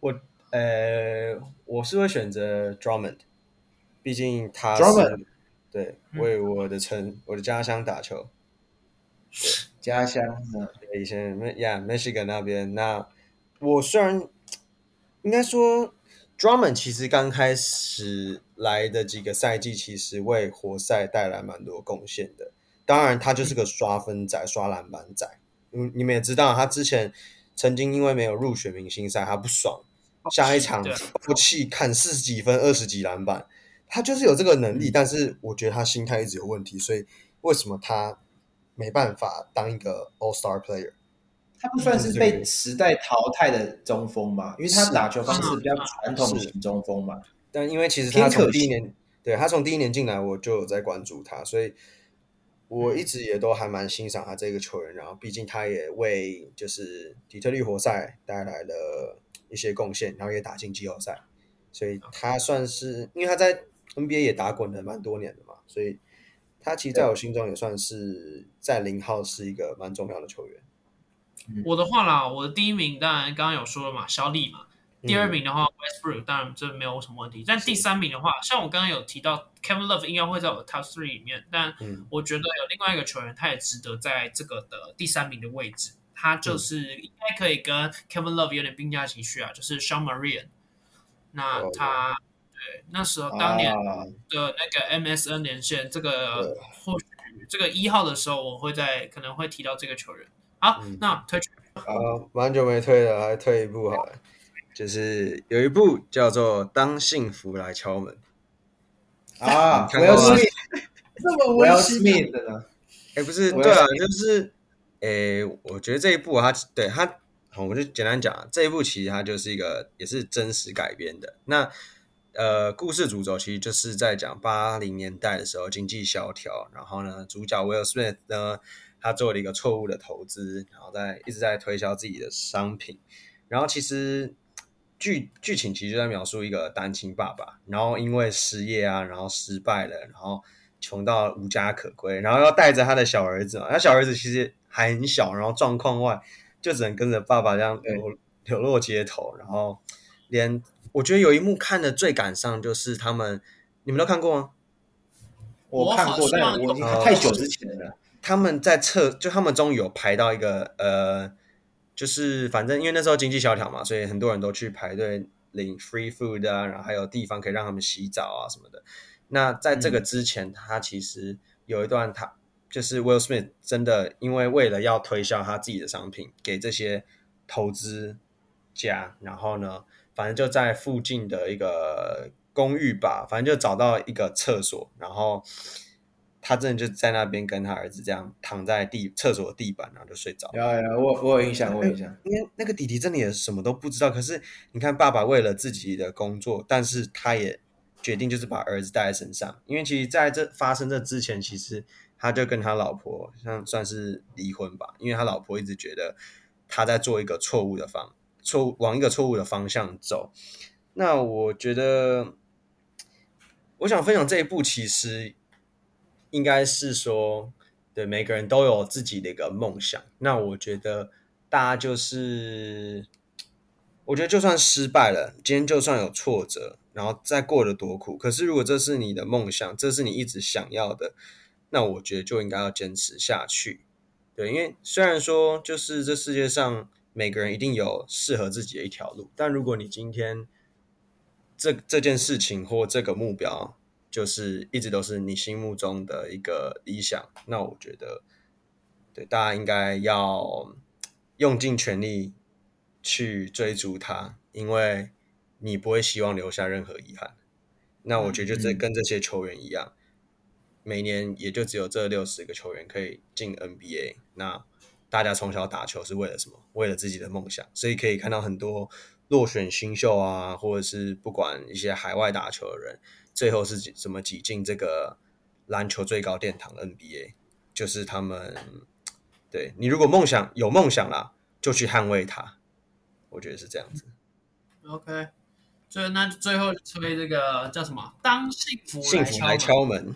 我呃我是会选择 Drummond，毕竟他是 Drummond 对嗯为我的城我的家乡打球，家乡呢？以前 Mi- yeah Michigan 那边。那我虽然应该说 Drummond 其实刚开始来的几个赛季，其实为活塞带来蛮多贡献的。当然，他就是个刷分仔、刷篮板仔。嗯，你们也知道，他之前曾经因为没有入选明星赛，他不爽，下一场对不气砍四十几分、二十几篮板，他就是有这个能力，但是我觉得他心态一直有问题，所以为什么他没办法当一个 All Star player？他不嗯算是被时代淘汰的中锋嘛，因为他打球方式比较传统型中锋嘛。但因为其实偏他可从第一惜年，对他从第一年进来，我就有在关注他，所以嗯我一直也都还蛮欣赏他这个球员。然后，毕竟他也为就是底特律活塞带来了一些贡献，然后也打进季后赛，所啊以他算是因为他在 NBA 也打滚了蛮多年的嘛，所以他其实在我心中也算是在零号是一个蛮重要的球员。我的话啦，我的第一名当然刚刚有说了嘛，小李嘛。第二嗯名的话，Westbrook 当然这没有什么问题。但第三名的话，像我刚刚有提到，Kevin Love 应该会在我 Top Three 里面，但嗯我觉得有另外一个球员，他也值得在这个的第三名的位置。他嗯就是应该可以跟 Kevin Love 有点并驾齐驱啊，就是 Sean Marion。那哦他对那时候哦当年 <laughs> 啊的那个 MSN 连线，这个对或许这个一号的时候，我会在可能会提到这个球员。好嗯，那推荐啊，蛮久没退了，还退一步好了。就是有一部叫做《当幸福来敲门》，啊你看过吗，Will Smith， <laughs> 这么 Will 温馨 Smith 的呢？哎，不是，我也对啊，就是，哎，我觉得这一部它对它，好，我就简单讲啊，这一部其实它就是一个也是真实改编的。那呃，故事主轴其实就是在讲八零年代的时候经济萧条，然后呢，主角 Will Smith 呢，他做了一个错误的投资，然后在一直在推销自己的商品，然后其实剧剧情其实就在描述一个单亲爸爸，然后因为失业啊，然后失败了，然后穷到无家可归，然后要带着他的小儿子嘛，他小儿子其实还很小，然后状况外就只能跟着爸爸这样流流落街头，然后连我觉得有一幕看的最感伤就是他们，你们都看过吗？我看我好过，像但我已经有太久之前了。他们在测，就他们终于有排到一个呃，就是反正因为那时候经济萧条嘛，所以很多人都去排队领 free food 啊，然后还有地方可以让他们洗澡啊什么的。那在这个之前，他其实有一段他就是 Will Smith 真的因为为了要推销他自己的商品给这些投资家，然后呢，反正就在附近的一个公寓吧，反正就找到一个厕所，然后他真的就在那边跟他儿子这样躺在地厕所的地板，然后就睡着。有有，我我有印象，我有印象。因为那个弟弟真的也什么都不知道，可是你看爸爸为了自己的工作，但是他也。决定就是把儿子带在身上，因为其实在这发生这之前，其实他就跟他老婆像算是离婚吧，因为他老婆一直觉得他在做一个错误的方，错误往一个错误的方向走。那我觉得，我想分享这一部，其实应该是说，对每个人都有自己的一个梦想。那我觉得大家就是，我觉得就算失败了，今天就算有挫折。然后再过得多苦，可是如果这是你的梦想，这是你一直想要的，那我觉得就应该要坚持下去。对，因为虽然说就是这世界上每个人一定有适合自己的一条路，但如果你今天这这件事情或这个目标，就是一直都是你心目中的一个理想，那我觉得，对大家应该要用尽全力去追逐它，因为。你不会希望留下任何遗憾，那我觉得这跟这些球员一样，嗯、每年也就只有这六十个球员可以进 NBA。那大家从小打球是为了什么？为了自己的梦想，所以可以看到很多落选新秀啊，或者是不管一些海外打球的人，最后是怎么挤进这个篮球最高殿堂 NBA，就是他们对你如果梦想有梦想啦，就去捍卫它，我觉得是这样子。 OK。所以那最后吹这个叫什么？当幸福幸福来敲门。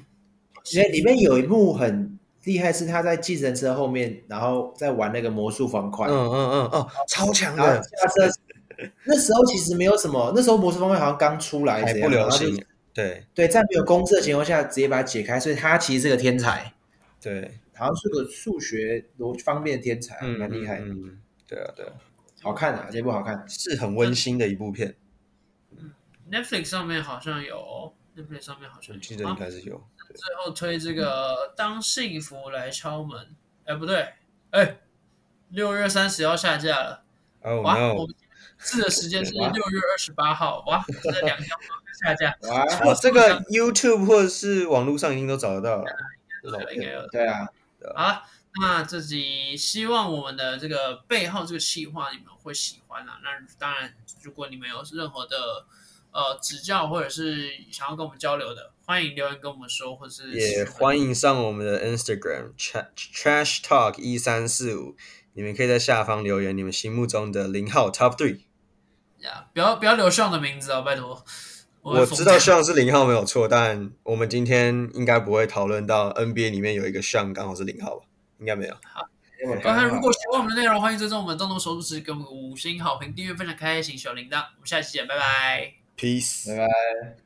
因为里面有一幕很厉害，是他在计程车后面，然后在玩那个魔术方块。嗯嗯嗯哦，超强的。下车那时候其实没有什么，那时候魔术方块好像刚出来，哎啊还不流行。对对，在没有公式的情况下，直接把它解开，所以他其实是个天才。对，好像是个数学逻方面的天哎才，蛮厉害。嗯，对啊对啊，好看啊，这部好看，是很温馨的一部片。 Netflix 上面好像有，Netflix 哦上面好像有，记得应该是嗯有。最后推这个《当幸福来敲门》，哎，不对，哎，六月三十要下架了。 Oh 哇，我们次的时间是六月二十八号，哇，这两天下架。 <laughs> 哇，哦这个 YouTube 或者是网络上已经都找得到了，应该有。对啊，啊，那这集希望我们的这个背后这个企划你们会喜欢啦。那当然，如果你们有任何的。呃，指教或者是想要跟我们交流的，欢迎留言跟我们说，或是也欢迎上我们的 Instagram trash talk 一三四五，你们可以在下方留言你们心目中的零号 top three。呀、yeah,，不要不要留上的名字哦，拜托。我知道上是零号没有错，但我们今天应该不会讨论到 NBA 里面有一个上刚好是零号吧？应该没有。好刚才啊如果喜欢我们的内容，欢迎追踪我们动动手指指，给我们五星好评、订阅、分享、开启小铃铛。我们下期见，拜拜。 Peace. Bye.